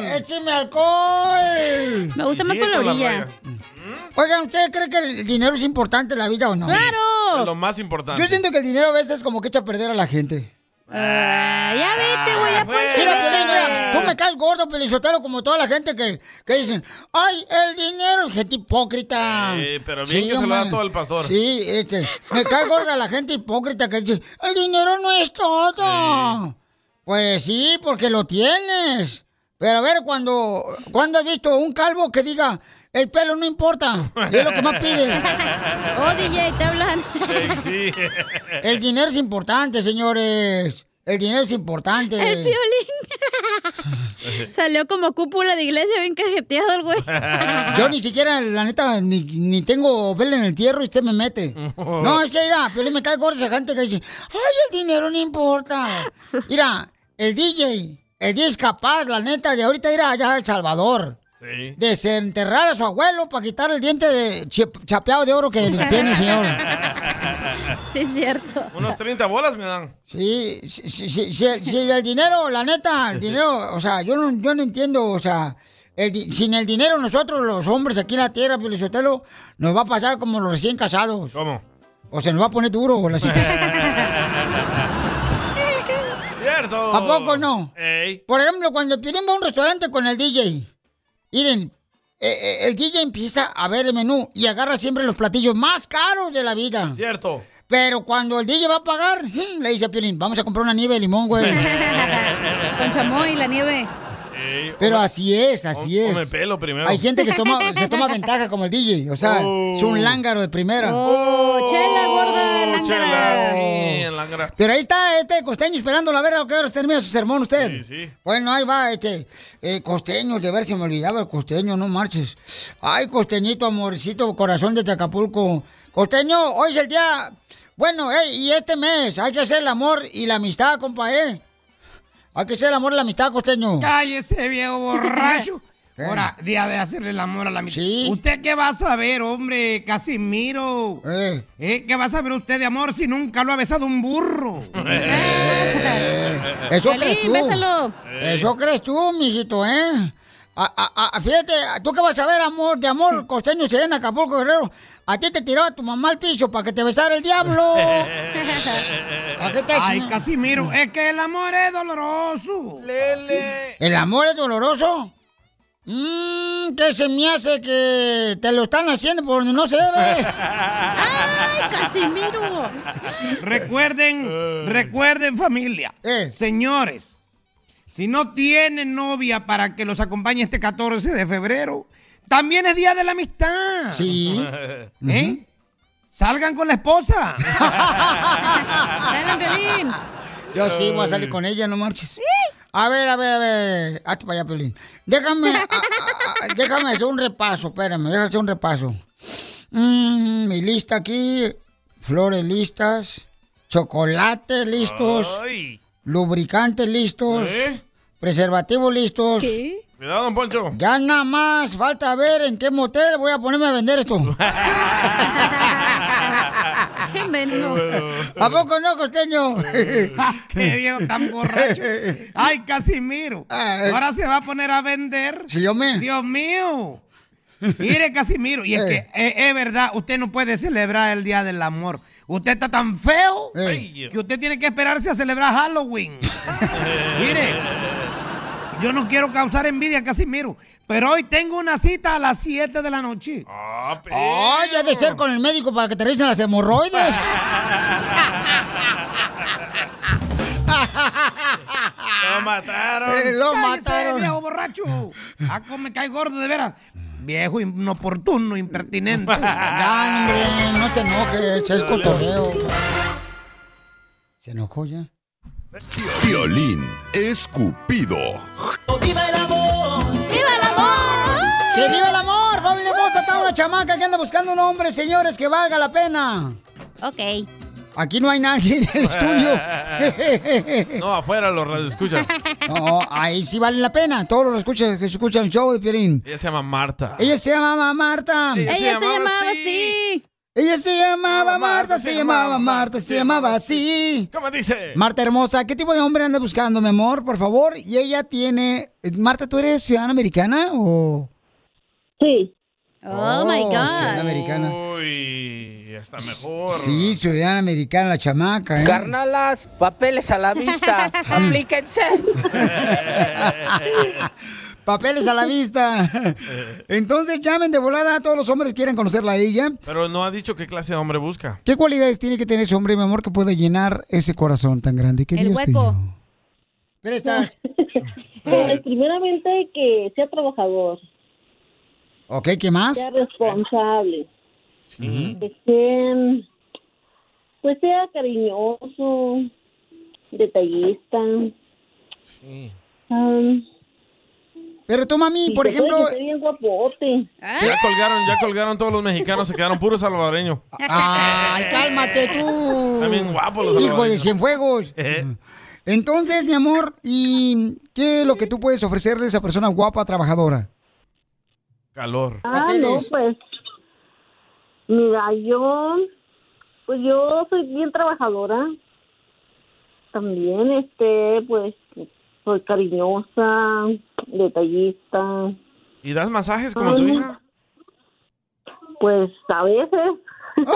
E-, ¡Écheme alcohol!
Me gusta Y más sigue por la con la orilla. raya.
Oigan, ¿ustedes creen que el dinero es importante en la vida o no?
Es lo más importante.
Yo siento que el dinero a veces como que echa a perder a la gente.
Ah, ya vete,
Ah,
güey, ya ponche.
Mira, Piolín, mira, pues. tú me caes gordo, pelizotero, como toda la gente que, que dicen, ay, el dinero, gente hipócrita.
Eh, pero bien que se lo
hombre.
da todo al pastor.
Sí, este, me cae gorda la gente hipócrita que dice, el dinero no es todo. Pues sí, porque lo tienes. Pero a ver, cuando, cuando has visto un calvo que diga, el pelo no importa, es lo que más piden.
Oh, DJ, te hablan.
Sí.
El dinero es importante, señores. El dinero es importante.
El violín. Salió como cúpula de iglesia bien cajeteado el güey.
Yo ni siquiera, la neta, ni, ni tengo vela en el tierro y usted me mete. No, es que, mira, pero me cae gorda esa gente que dice, ay, el dinero no importa. Mira, el DJ, el DJ es capaz, la neta, de ahorita ir allá a El Salvador.
Sí.
Desenterrar a su abuelo para quitar el diente de chip- chapeado de oro que tiene el señor.
Sí, es cierto.
Unos 30 bolas me dan.
Sí, sí, sí, sí, sí, sí, el dinero, la neta, el dinero, o sea, yo no, yo no entiendo, o sea, el di- sin el dinero nosotros los hombres aquí en la tierra, Pelizotelo, nos va a pasar como los recién casados.
¿Cómo?
O se nos va a poner duro la situación.
Cierto.
¿A poco no?
Ey.
Por ejemplo, cuando Piolín va a un restaurante con el DJ, miren, eh, eh, el DJ empieza a ver el menú y agarra siempre los platillos más caros de la vida.
Cierto.
Pero cuando el DJ va a pagar, le dice a Piolín, vamos a comprar una nieve de limón, güey.
Con chamoy y la nieve.
Ey,
Pero
o me-
así es, así
o
es.
me pelo primero.
Hay gente que se toma, se toma ventaja como el DJ, o sea,
Oh.
es un lángaro de primera.
Oh, chela gorda,
Oh, chela, sí, en la gra-
Pero ahí está este costeño esperando la verga a qué horas termina su sermón usted.
Sí, sí.
Bueno, ahí va este eh, costeño, de ver si me olvidaba el costeño, no marches. Ay, costeñito, amorcito, corazón de Acapulco. Costeño, hoy es el día. Bueno, eh, y este mes hay que hacer el amor y la amistad, compa, eh. Hay que hacer el amor y la amistad, costeño.
Cállese, Este viejo borracho.
Eh.
Ahora, día de hacerle el amor a la amistad. ¿Usted qué va a saber, hombre, Casimiro? ¿Eh? ¿Qué va a saber usted de amor si nunca lo ha besado un burro?
Eso crees tú.
Piolín, bésalo.
Eso crees tú, mijito, ¿eh? A- a- a- fíjate, tú que vas a ver amor, de amor, costeño, se en Acapulco, Guerrero. A ti te tiró a tu mamá al piso para que te besara el diablo.
Ay, Casimiro, es que el amor es doloroso.
¿El amor es doloroso? Mmm, que se me hace que te lo están haciendo por donde no se debe.
Casimiro! Recuerden,
Eh.
recuerden familia, señores, si no tienen novia para que los acompañe este 14 de febrero, también es Día de la Amistad.
Sí.
¿Eh? Salgan con la esposa.
Dale, Piolín.
Yo sí voy a salir con ella, no marches. A ver, a ver, a ver. Hazte para allá, Pelín. Déjame, a- a- a- déjame hacer un repaso, espérame, déjame hacer un repaso. Mm, mi lista aquí, flores listas, chocolate listos,
Ay.
lubricantes listos,
¿Eh?
preservativos listos.
Cuidado, don Poncho.
Ya nada más falta ver en qué motel voy a ponerme a vender esto. ¿A poco no, costeño?
Qué viejo tan borracho. Ay, Casimiro. Ahora se va a poner a vender. Dios mío. Mire, Casimiro. Y es que eh, es, verdad, usted no puede celebrar el Día del Amor. Usted está tan feo
Eh.
que usted tiene que esperarse a celebrar Halloween. Mire. Yo no quiero causar envidia, Casimiro. Pero hoy tengo una cita a las 7 de la noche.
Ay, Oh, ya de ser con el médico para que te revisen las hemorroides.
Lo
Eh, lo mataron. Eh,
viejo borracho. Ah, cómo me cae gordo, de veras. Viejo inoportuno, impertinente.
Ya, hombre, no te enojes, es cotorreo. Se enojó ya.
Violín escupido.
¡Viva el amor! ¡Viva el amor! ¡Que viva el amor! Familia hermosa, está una chamaca que anda buscando un hombre, señores, que valga la pena.
Ok.
Aquí no hay nadie en el estudio.
No, afuera los radioescuchas.
no, ahí sí vale la pena. Todos los escuchas que escuchan el show de Piolín.
Ella se llama Marta.
Ella se llamaba Marta.
Ella se Ella se llamaba llamaba así.
Ella se llamaba Marta, se llamaba Marta, se llamaba así.
¿Cómo dice?
Marta hermosa, ¿qué tipo de hombre anda buscando, mi amor? Por favor. Y ella tiene. Marta, ¿tú eres ciudadana americana o.?
Sí.
Oh, my God.
Ciudadana americana.
Uy, está mejor.
Sí, ciudadana americana, la chamaca, ¿eh?
Carnalas, papeles a la vista. Aplíquense.
Papeles a la vista. Entonces llamen de volada a todos los hombres que quieran conocerla a ella.
Pero no ha dicho qué clase de hombre busca.
¿Qué cualidades tiene que tener ese hombre, mi amor, que pueda llenar ese corazón tan grande? ¿Qué
El
Dios te
hueco.
dio? Pero está.
Pues, primeramente que sea trabajador,
Ok, ¿qué más?
sea responsable, que sea, pues sea cariñoso, detallista.
Pero tú, mami,
por ejemplo-
bien guapote.
¿Ah?
Ya colgaron, ya colgaron todos los mexicanos, se quedaron puros salvadoreños.
Ay, cálmate tú.
Están bien guapos los
Hijo de
salvadoreños.
Cienfuegos.
Eh,
Entonces, mi amor, ¿y qué es lo que tú puedes ofrecerle a esa persona guapa, trabajadora?
calor.
Ah, no, pues. Mira, yo. Pues yo soy bien trabajadora. También, este, pues. Soy cariñosa, detallista.
¿Y das masajes como tu
Ay,
hija?
Pues a veces.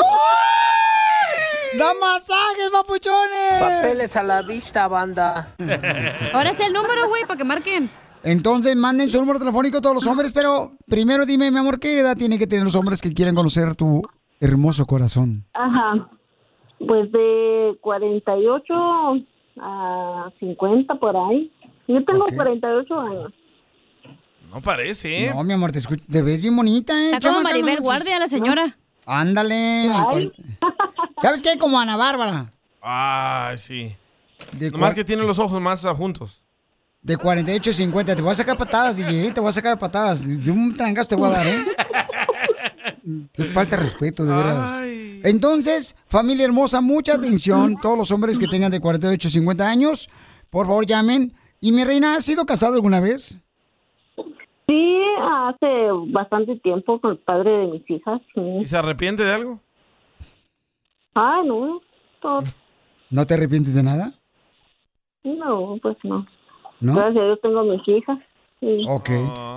¡Da masajes, papuchones!
Papeles a la vista, banda.
Ahora es el número, güey, para que marquen.
Entonces, manden su número telefónico a todos los hombres, pero primero dime, mi amor, ¿qué edad tiene que tener los hombres que quieren conocer tu hermoso corazón?
Ajá. Pues de 48 a 50 por ahí. Yo tengo 48 años.
No parece, ¿eh?
No, mi amor, te, escu- te ves bien bonita, ¿eh?
Está como
chamaca, no
Maribel
manches.
Guardia, la señora.
Ándale. ¿Sabes qué? Como Ana Bárbara,
Ay, sí.
De
Nomás
cua-
que tienen los ojos más ah, juntos.
de 48 a 50. Te voy a sacar patadas, DJ, ¿eh? te voy a sacar patadas. De un trancazo te voy a dar, ¿eh? Qué falta de respeto, de veras. Entonces, familia hermosa, mucha atención. Todos los hombres que tengan de 48 a 50 años, por favor, llamen. Y mi reina, ¿has sido casado alguna vez?
Sí, hace bastante tiempo con el padre de mis hijas. sí.
¿Y se arrepiente de algo?
Ah, no, no,
¿No te arrepientes de nada?
no, pues no.
¿No?
Gracias a Dios tengo mis hijas. sí.
Oh.
Ok.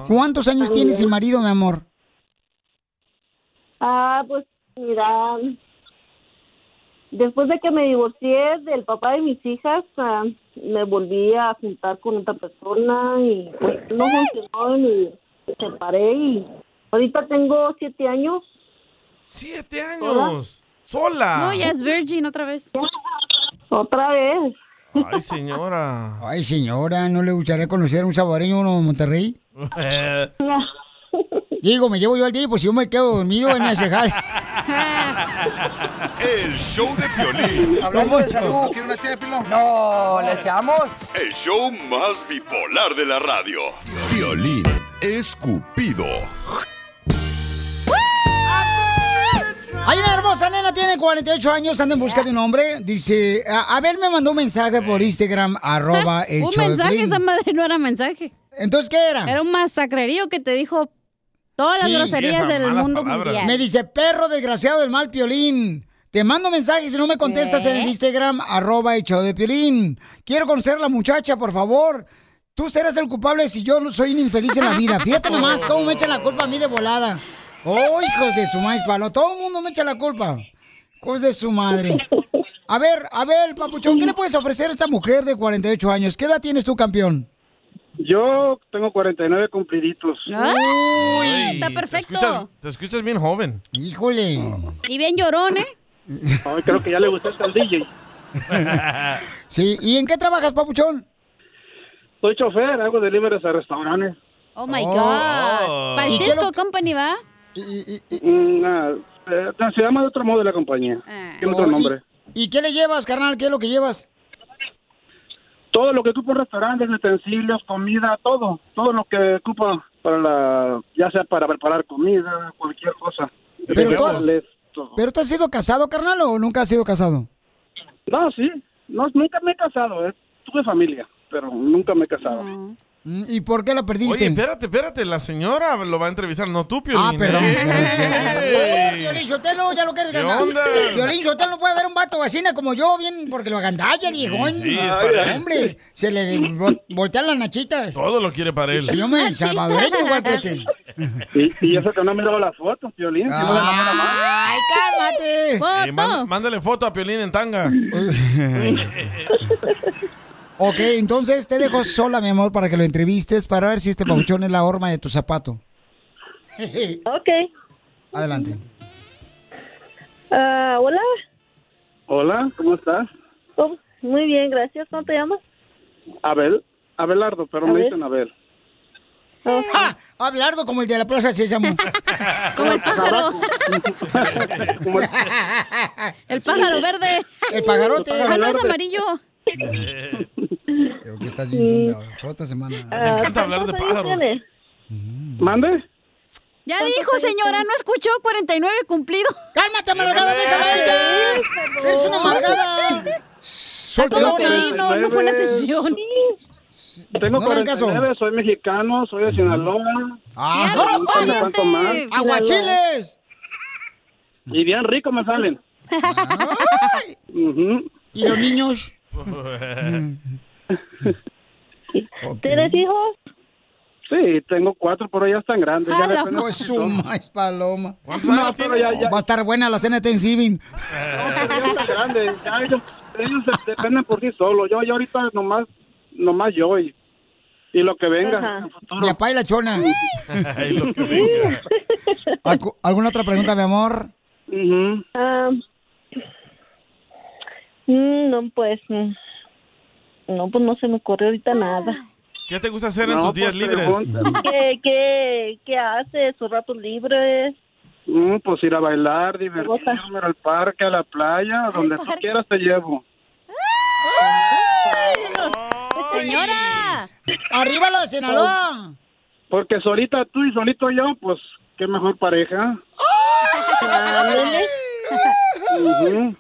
¿Cuántos años
Está
tienes sin
bien.
marido, mi amor?
Ah, pues mira, después de que me divorcié del papá de mis hijas, ah, me volví a juntar con otra persona y pues no funcionó y me separé y ahorita tengo siete años.
¡Siete años! Ah. ¡Sola!
No, ya es virgin otra vez.
Otra vez.
Ay, señora.
Ay, señora, ¿no le gustaría conocer a un saboreño uno de Monterrey? Digo, me llevo yo al día, pues si yo me quedo dormido en la ceja.
El show de violín.
Hablando de salud,
¿quiere una
No,
¿le
echamos? El show más bipolar de la radio.
Violín escupido.
Hay una hermosa nena, tiene 48 años, anda en busca de un hombre. Dice, a, a ver, me mandó un mensaje por Instagram, arroba el
un
show de
mensaje,
Piolín.
esa madre no era mensaje.
Entonces, ¿qué era?
Era un masacrerío que te dijo todas las
Sí.
groserías del mundo mundial.
Me dice, perro desgraciado del mal piolín. Te mando mensajes si no me contestas en el Instagram, arroba hecho de piolín. Quiero conocer a la muchacha, por favor. Tú serás el culpable si yo no soy un infeliz en la vida. Fíjate nomás cómo me echan la culpa a mí de volada. Oh, hijos de su maíz palo. Todo el mundo me echa la culpa. Hijos de su madre. A ver, a ver, papuchón, ¿qué le puedes ofrecer a esta mujer de 48 años? ¿Qué edad tienes tú, campeón?
Yo tengo 49 cumpliditos.
Ay,
está perfecto.
Te escuchas, te escuchas bien joven.
Híjole.
Y bien llorón, ¿eh?
Ay, creo que ya le gustó hasta el DJ.
Sí, ¿y en qué trabajas, papuchón?
Soy chofer, hago deliveries a restaurantes.
Oh my God. Para el
¿Y qué
Cisco Company, ¿va?
No, eh, no, se llama de otro modo la compañía.
Ah.
Tiene otro
Oh, y-
nombre.
¿Y qué le llevas, carnal? ¿Qué es lo que llevas?
Todo lo que ocupa restaurantes, utensilios, comida, todo. Todo lo que ocupa para la, ya sea para preparar comida, cualquier cosa.
Pero tú has-
Vegetales, todo.
¿Pero tú has sido casado, carnal, o nunca has sido casado?
No, sí. No, nunca me he casado. eh. Tuve familia, pero nunca me he casado.
Mm.
¿Y por qué la perdiste?
Oye, espérate, espérate. La señora lo va a entrevistar, no tú, Piolín.
Ah, perdón.
Ey.
Eh, Piolín Sotelo, ya lo quieres
¿Qué
ganar.
onda?
Piolín Sotelo no puede ver un vato vecina como yo, bien, porque lo agandalla el viejón.
Sí, sí, es para él.
Hombre, se le vo- voltean las nachitas.
Todo lo quiere para él.
Sí, hombre, el salvadoreño igual que este.
Y, y eso que no miro las fotos, Piolín. si no me enamora más.
¡Ay, cálmate!
Eh, mán- mándale foto a Piolín en tanga.
Ok, entonces te dejo sola, mi amor, para que lo entrevistes para ver si este pauchón es la horma de tu zapato.
Ok.
Adelante.
Ah, hola.
Hola, ¿cómo estás?
¿Cómo? Muy bien, gracias. ¿Cómo te llamas?
Abel. Abelardo, pero me
Abel.
dicen Abel.
¡Ja! Abelardo como el de la plaza Sésamo. como el pájaro.
El pájaro verde.
El pajarote.
Ah, no, es amarillo.
Creo que estás bien tonta toda esta semana.
Me encanta
hablar de
pájaros.
¿Mande?
Ya dijo, señora, no escuchó 49 cumplido.
¡Cálmate, amargada! ¡Déjala
ella!
¡Eres una amargada!
Tengo
no, no
49.
pone atención.
Tengo
No le hagan caso.
49, soy mexicano, soy de Sinaloa.
¡Ah!
no come tanto mal.
¡Aguachiles!
Y bien rico me salen. Ujú.
¿Y los niños?
¿Tienes hijos?
Sí, tengo cuatro, pero ya están grandes. Ya
¡A la
apenas-
pues su más paloma!
¿Cuántos años No, pero tiene? ya- ya-
Va a estar buena la cena de Thanksgiving.
ya están grandes. Ya ellos, ellos se dependen por sí solos. Yo, yo ahorita nomás, nomás yo y, y lo que venga.
Ajá. Mi papá y la chona.
Ay, lo que venga.
Alcu- ¿Alguna otra pregunta, mi amor?
Ah, mm, no, pues. mm, No, pues no se me ocurre ahorita nada.
¿Qué te gusta hacer en
No,
tus días
pues,
libres?
¿Qué, qué, qué haces? ¿Sus ratos libres?
Mm, pues ir a bailar, divertirme al parque, a la playa, donde tú quieras te llevo.
¡Señora!
¡Arriba los de Sinaloa!
Porque solita tú y solito yo, pues qué mejor pareja. Ujú.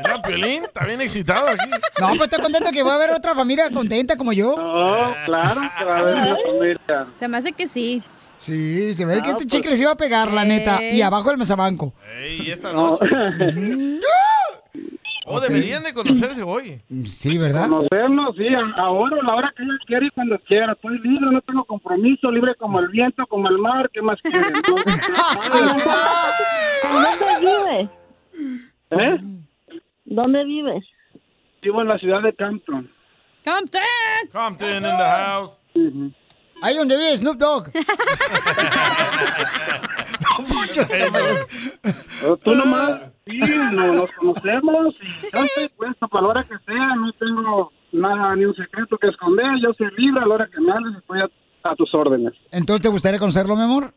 Mira, Piolín está bien excitado aquí.
No, pues estoy contento que va a haber otra familia contenta como yo.
No, claro que va a haber una familia.
Se me hace que sí.
Sí, se ve
Ah,
que este
pues.
chicle se iba a pegar, la neta.
Eh.
Y abajo el mesabanco.
Ey, esta
No.
noche. Oh, deberían de conocerse hoy.
Sí, ¿verdad?
Conocernos, sí, a- ahora, a la hora que ella quiera y cuando quiera. Estoy libre, no tengo compromiso, libre como el viento, como el mar, ¿qué más quieres? No,
¿Dónde vives?
¿Eh?
¿Dónde vives?
Vivo en la ciudad de Campton.
Compton.
Compton in the house.
Ahí donde vive Snoop Dogg.
Pero tú nomás, sí, no- nos conocemos y yo estoy puesto para la hora que sea, no tengo nada, ni un secreto que esconder, yo soy libre a la hora que me hables, estoy a, a tus órdenes.
Entonces, ¿te gustaría conocerlo, mi amor?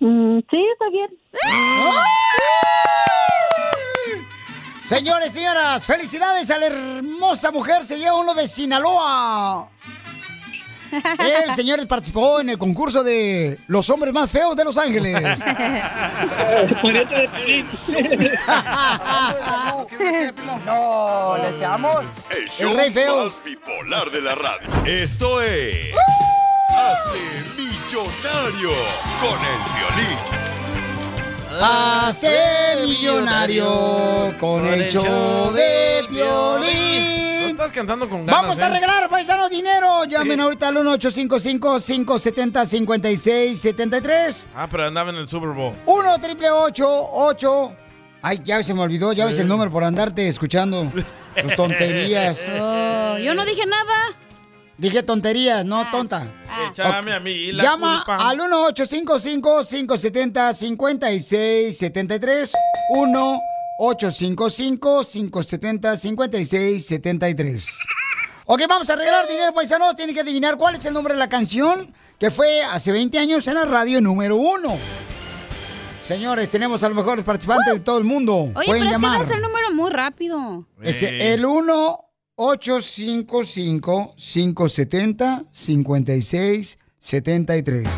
Mm, sí, está bien.
Señores, señoras, felicidades a la hermosa mujer. Se lleva uno de Sinaloa. El señor participó en el concurso de los hombres más feos de Los Ángeles.
No, le echamos.
El show
rey feo.
más bipolar de la radio.
Esto es. Hazte millonario con el violín.
Hazte millonario con el show de violín.
No estás cantando con ganas.
Vamos a
¿eh?
arreglar, paisanos, dinero. Llamen ahorita al 1-855-570-5673.
Ah, pero andaba en el Super Bowl.
1 triple 8 Ay, ya se me olvidó, ya ves el número por andarte escuchando tus tonterías.
Oh, yo no dije nada.
Dije tonterías, no tonta.
Échame a mí Ah. la
Ah. Llama
culpa.
al 1-855-570-5673. 1-855-570-5673. Ok, vamos a arreglar dinero, paisanos. Tienen que adivinar cuál es el nombre de la canción que fue hace 20 años en la radio número uno. Señores, tenemos a los mejores participantes de todo el mundo.
Oye,
Pueden
pero
llamar.
es
eh,
que das el número muy rápido.
Es el 1-855-570-5673.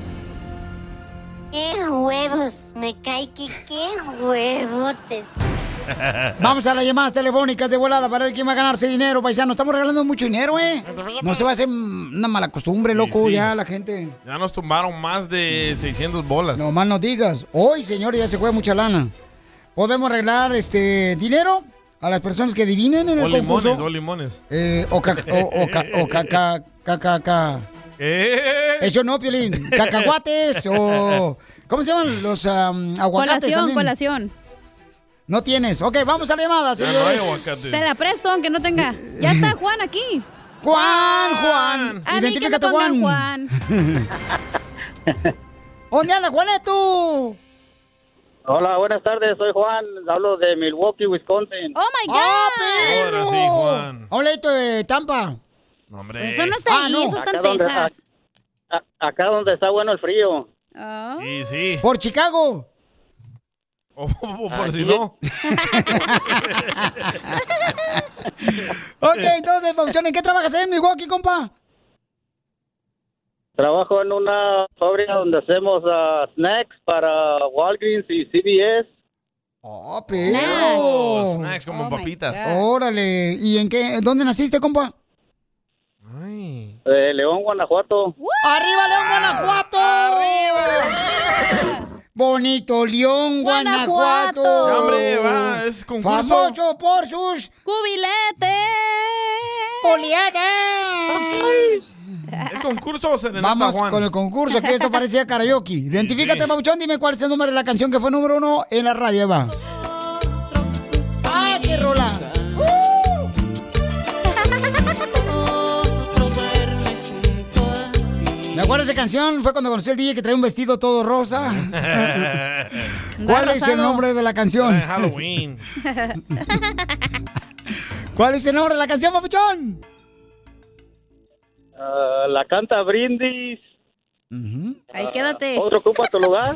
¡Qué huevos! Me cae que qué huevotes.
Vamos a las llamadas telefónicas de volada para ver quién va a ganarse dinero, paisano. Estamos regalando mucho dinero, ¿eh? No se va a hacer una mala costumbre, loco,
sí.
ya la gente.
Ya nos tumbaron más de 600 bolas.
No mal no digas. Hoy, señores, ya se juega mucha lana. Podemos arreglar este dinero a las personas que adivinen en
o
el concurso.
limones, o limones.
Eh, o ca- o- o ca- o ca- ca- ca- ca- ca-
Eh.
Eso no, Piolín. Cacahuates o... ¿Cómo se llaman los am, aguacates
Colación,
también?
colación.
No tienes. Ok, vamos a la llamada,
Ya no hay
señores.
aguacates. Se la presto, aunque no tenga. Ya está Juan aquí.
Juan, Juan.
A mí que me
Identifícate,
pongan
Juan.
Juan.
¿Dónde anda, Juaneto?
Oh,
Hola, buenas tardes, soy Juan, hablo de Milwaukee, Wisconsin.
¡Oh, my God!
Ahora sí, Juan.
Habladito de Tampa.
Hombre.
Eso Ah, no está Pues ahí, eso está en
donde-
Texas.
a- a- acá donde está bueno el frío.
Oh.
Sí, sí.
Por Chicago.
O, o por
Así
si
es.
no.
Ok, entonces, Pauchón, ¿en qué trabajas en Milwaukee, compa?
Trabajo en una fábrica donde hacemos ah, snacks para Walgreens y CVS.
¡Oh,
Oh,
pero.
snacks como papitas.
Oh. Órale. ¿Y en qué? ¿Dónde naciste, compa?
De León, Guanajuato.
¡Arriba, León,
Ah,
Guanajuato! ¡Arriba! Bonito León, Guanajuato.
No, hombre, va, es concurso.
Famoso por sus...
¡Cubilete!
¡Culiadas!
¿Es concurso o serenata,
Vamos
Juan?
con el concurso, que esto parecía karaoke. Identifícate,
Sí.
Pauchón, dime cuál es el número de la canción que fue número uno en la radio, ahí va. ¡Ah, qué rola! Me acuerdo de esa canción, fue cuando conocí al DJ que traía un vestido todo rosa. ¿Cuál es el nombre de la canción?
Eh, Halloween.
¿Cuál es el nombre de la canción, papuchón?
Ah, la canta Brindis. Ah,
Ahí quédate.
¿Otro ocupa tu lugar?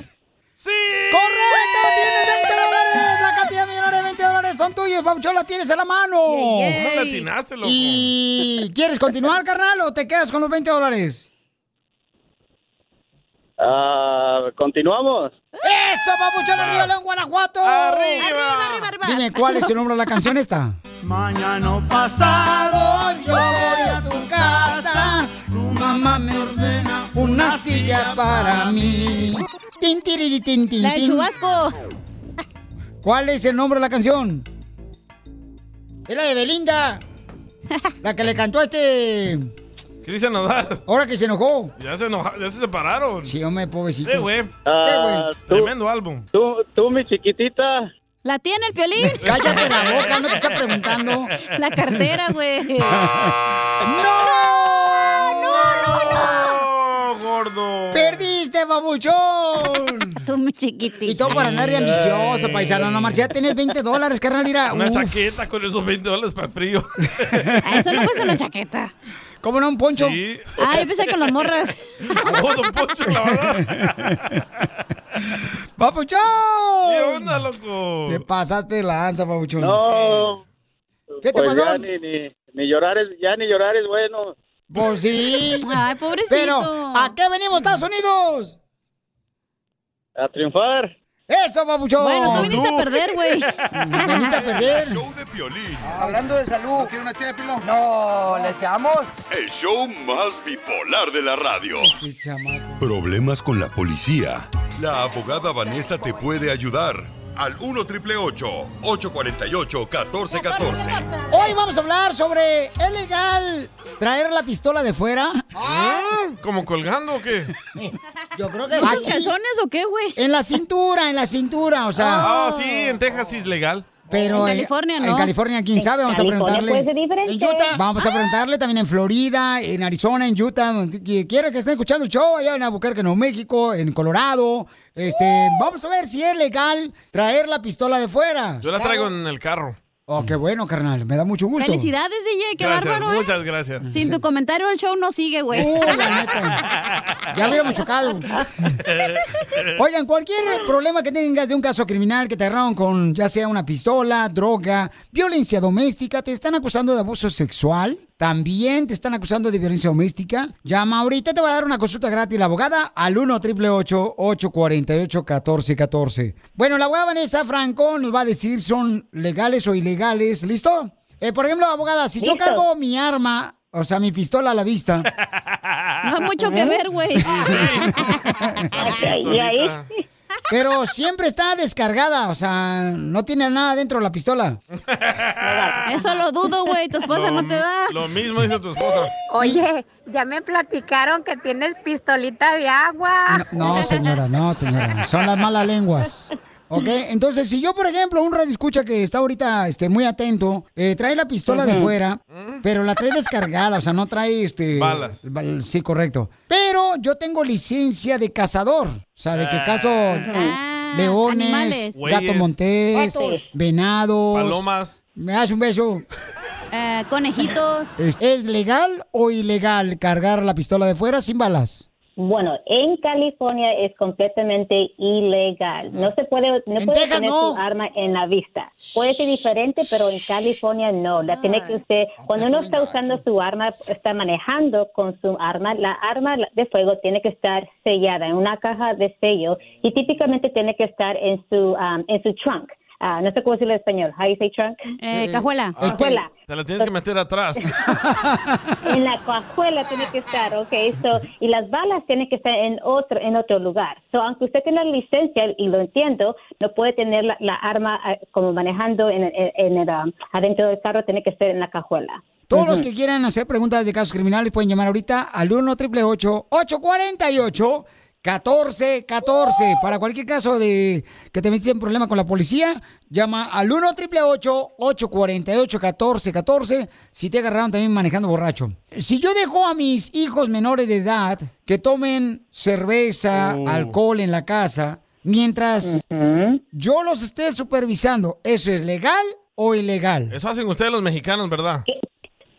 ¡Correcto! ¡Tienes 20 dólares! La cantidad millonaria de 20 dólares son tuyos, papuchón, la tienes en la mano.
yay. No la atinaste, loco.
¿Y quieres continuar, carnal, o te quedas con los 20 dólares?
Ah, ¿Continuamos?
¡Eso, papuchón! ¡Arriba, León, Guanajuato!
Arriba.
¡Arriba, arriba, arriba! Dime, ¿cuál es el nombre de la canción esta?
Mañana pasado yo voy a tu casa.
Tu mamá me ordena una silla para mí. Tin, tiriri, tin, tin,
La del
tin.
chubasco.
¿Cuál es el nombre de la canción? Es la de Belinda. La que le cantó a este.
Cristian Nodal.
Ahora que se enojó.
Ya se, enoja- ya se separaron.
Sí, hombre, pobrecito.
Sí, güey.
Ah, tú-
Tremendo álbum.
Tú, tú, mi chiquitita.
La tiene el piolín.
Cállate la boca, no te está preguntando.
La cartera, güey.
¡Oh, gordo!
¡Perdiste, babuchón!
Tú, mi chiquitito.
Y todo para andar de ambicioso, paisano. No, Marcia, tenés 20 dólares, carnal. Mira,
Una
Ah, uf.
chaqueta con esos 20 dólares para el frío.
A Ah, eso no cuesta una chaqueta.
¿Cómo no, un poncho?
Sí.
Ah, yo pensé con las morras.
¡Oh, don Poncho, la
¡Papuchón!
¿Qué onda, loco?
Te pasaste de lanza, papuchón.
No.
¿Qué te
Pues
pasó?
Ya ni, ni- ni llorar es, ya ni llorar es bueno.
Pues sí.
Ay, pobrecito.
Pero, ¿a qué venimos, Estados Unidos?
A triunfar.
¡Eso, papuchón!
Bueno, tú viniste a perder, güey.
Viniste a perder.
Hablando de salud. ¿Quieres una chépilo? No, ¿le echamos?
El show más bipolar de la radio.
Problemas con la policía. La abogada Vanessa te puede ayudar. Al 1 triple 848 1414.
Hoy vamos a hablar sobre ¿es legal traer la pistola de fuera?
Ah, ¿Como colgando o qué?
Yo creo que
¿Esos
aquí,
calzones o qué, güey?
En la cintura, en la cintura, o sea.
Ah, sí, en Texas sí es legal.
Pero
Oh.
eh,
En California,
En
¿no?
California, quién
En
sabe, vamos
California
a preguntarle.
puede ser diferente.
En Utah. Vamos
Ah.
a preguntarle también en Florida, en Arizona, en Utah, donde qui- quiera que estén escuchando el show, allá en Albuquerque, Nuevo México, en Colorado. Este, vamos a ver si es legal traer la pistola de fuera.
Yo la traigo en el carro.
Oh, qué bueno, carnal. Me da mucho gusto.
Felicidades, DJ, qué
gracias,
bárbaro, ¿eh?
muchas gracias.
Sin tu comentario el show no sigue, güey.
Uh, la Ya hubiéramos chocado. Oigan, cualquier problema que tengas de un caso criminal que te agarraron con ya sea una pistola, droga, violencia doméstica, te están acusando de abuso sexual, también te están acusando de violencia doméstica, llama ahorita, te va a dar una consulta gratis la abogada al 1 888 848 1414 Bueno, la abogada Vanessa Franco nos va a decir si son legales o ilegales, ¿listo? Eh, por ejemplo, abogada, si yo
Listo.
cargo mi arma, o sea, mi pistola a la vista,
No hay mucho que ver, güey.
¿Y ahí? Pero siempre está descargada, o sea, no tiene nada dentro de la pistola.
Eso lo dudo, güey. Tu esposa no te da.
Lo mismo dice tu esposa.
Oye, ya me platicaron que tienes pistolita de agua.
No, señora, no, señora. Son las malas lenguas. ¿Ok? Entonces, si yo, por ejemplo, un radio escucha que está ahorita este, muy atento, eh, trae la pistola de
Ujú.
fuera, pero la trae descargada, o sea, no trae este.
Balas.
bal- Sí, correcto. Pero yo tengo licencia de cazador. O sea, de que cazo leones,
Ah, animales.
gato
Bueyes.
montés,
Patos.
venados.
Palomas.
Me das un beso.
Eh, conejitos.
¿Es, es legal o ilegal cargar la pistola de fuera sin balas?
Bueno, en California es completamente ilegal. No se puede, no
En
puede
Texas
tener
no.
su arma en la vista. Puede ser diferente, pero en California no. La tiene que usted, cuando uno está usando su arma, está manejando con su arma, la arma de fuego tiene que estar sellada en una caja de sello y típicamente tiene que estar en su, um, en su trunk. Ah, no sé cómo decirlo en español. How you say trunk?
cajuela.
Ah,
Cajuela
Te la tienes que meter atrás.
en la cajuela tiene que estar, ok, so, y las balas tienen que estar en otro, en otro lugar. So, aunque usted tenga licencia, y lo entiendo, no puede tener la, la arma ah, como manejando en, en- en el, ah, adentro del carro, tiene que estar en la cajuela.
Todos los
Ujú.
que quieran hacer preguntas de casos criminales pueden llamar ahorita al 1 888 848 1414 Para cualquier caso de que te metiste en problema con la policía, llama al 1 888 848 1414 si te agarraron también manejando borracho. Si yo dejo a mis hijos menores de edad que tomen cerveza, alcohol en la casa, mientras yo los esté supervisando, ¿eso es legal o ilegal?
Eso hacen ustedes los mexicanos, ¿verdad?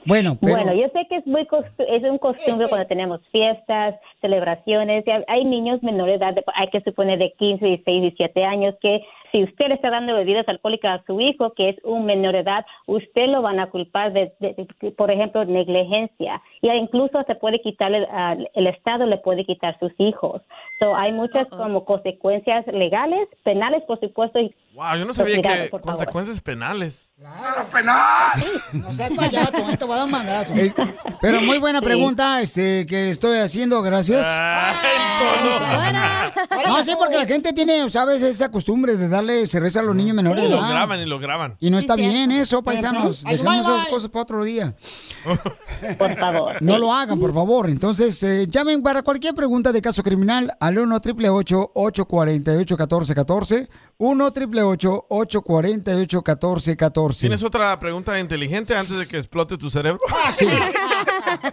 Bueno, pero...
Bueno, yo sé que es muy costu- es un costumbre cuando tenemos fiestas, celebraciones. y hay- Hay niños menores de edad, de- hay que suponer de 15, 16, 17 años, que si usted le está dando bebidas alcohólicas a su hijo, que es un menor de edad, usted lo van a culpar de, de- de, por ejemplo, negligencia. Y incluso se puede quitarle, ah, el Estado le puede quitar sus hijos. So, hay muchas como consecuencias legales, penales, por supuesto. y-
Wow, yo no sabía
Cuidado,
que
por favor.
consecuencias penales.
No seas payaso, ahí te voy a dar un mandazo. Eh, Pero muy buena pregunta este, que estoy haciendo, gracias. No, sí, porque la gente tiene, ¿sabes? Esa costumbre de darle cerveza a los niños menores
Y
de
lo
edad.
graban y lo graban.
Ah. Y no está bien eso, paisanos.
Ujú. Ay,
Dejemos
bye,
esas
bye.
cosas para otro día.
Por favor.
No lo hagan, por favor. Entonces, eh, llamen para cualquier pregunta de caso criminal al 1 888 848 1414 1 888 848 1414
¿Tienes otra pregunta inteligente antes de que explote tu cerebro?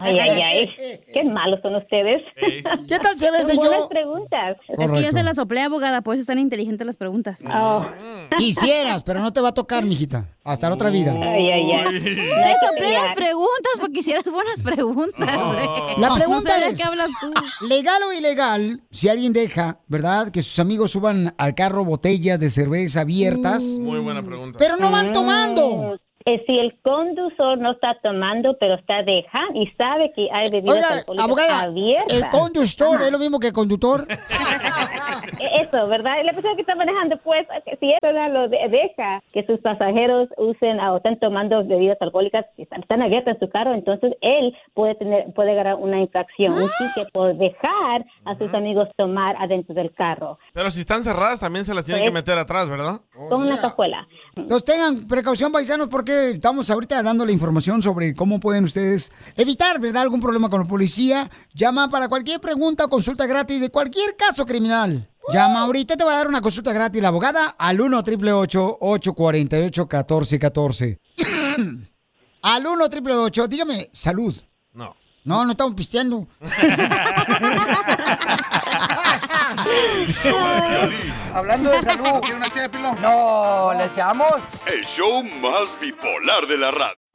Ay, ay, ay. Qué malos son ustedes.
¿Qué tal se ve
Son
ese
buenas
yo?
preguntas.
Es que yo
Correcto.
se la soplé, abogada, por eso están inteligentes las preguntas.
Quisieras, pero no te va a tocar, mijita. Hasta la otra vida.
Ay, ay, ay.
No te soplé las preguntas porque hicieras buenas preguntas. güey.
La
No
pregunta
sé de
es,
qué hablas tú.
¿legal o ilegal si alguien deja, verdad, que sus amigos suban al carro botellas de cerveza abiertas?
Muy buena
Mm.
pregunta.
Pero no van tomando.
Eh, si el conductor no está tomando, pero está dejando y sabe que hay bebidas
Oiga,
alcohólicas
abogada,
abiertas.
el conductor
Ajá.
es lo mismo que conductor.
E- Eso, ¿verdad? Y La persona que está manejando, pues, si eso no lo de- deja que sus pasajeros usen ah, o están tomando bebidas alcohólicas que están, están abiertas en su carro, entonces él puede tener, puede agarrar una infracción, un ticket por dejar a sus amigos tomar adentro del carro.
Pero si están cerradas, también se las tienen que meter atrás, ¿verdad?
Con una cajuela.
Entonces tengan precaución, paisanos, porque estamos ahorita dando la información sobre cómo pueden ustedes evitar, ¿verdad?, algún problema con la policía. Llama para cualquier pregunta o consulta gratis de cualquier caso criminal. Llama ahorita, te va a dar una consulta gratis la abogada al 1 888 848 1414 Al 1 888 dígame, salud.
No.
No, no estamos pisteando.
El show de Piolín.
Hablando de salud. una No, ¿le echamos?
El show más bipolar de la radio.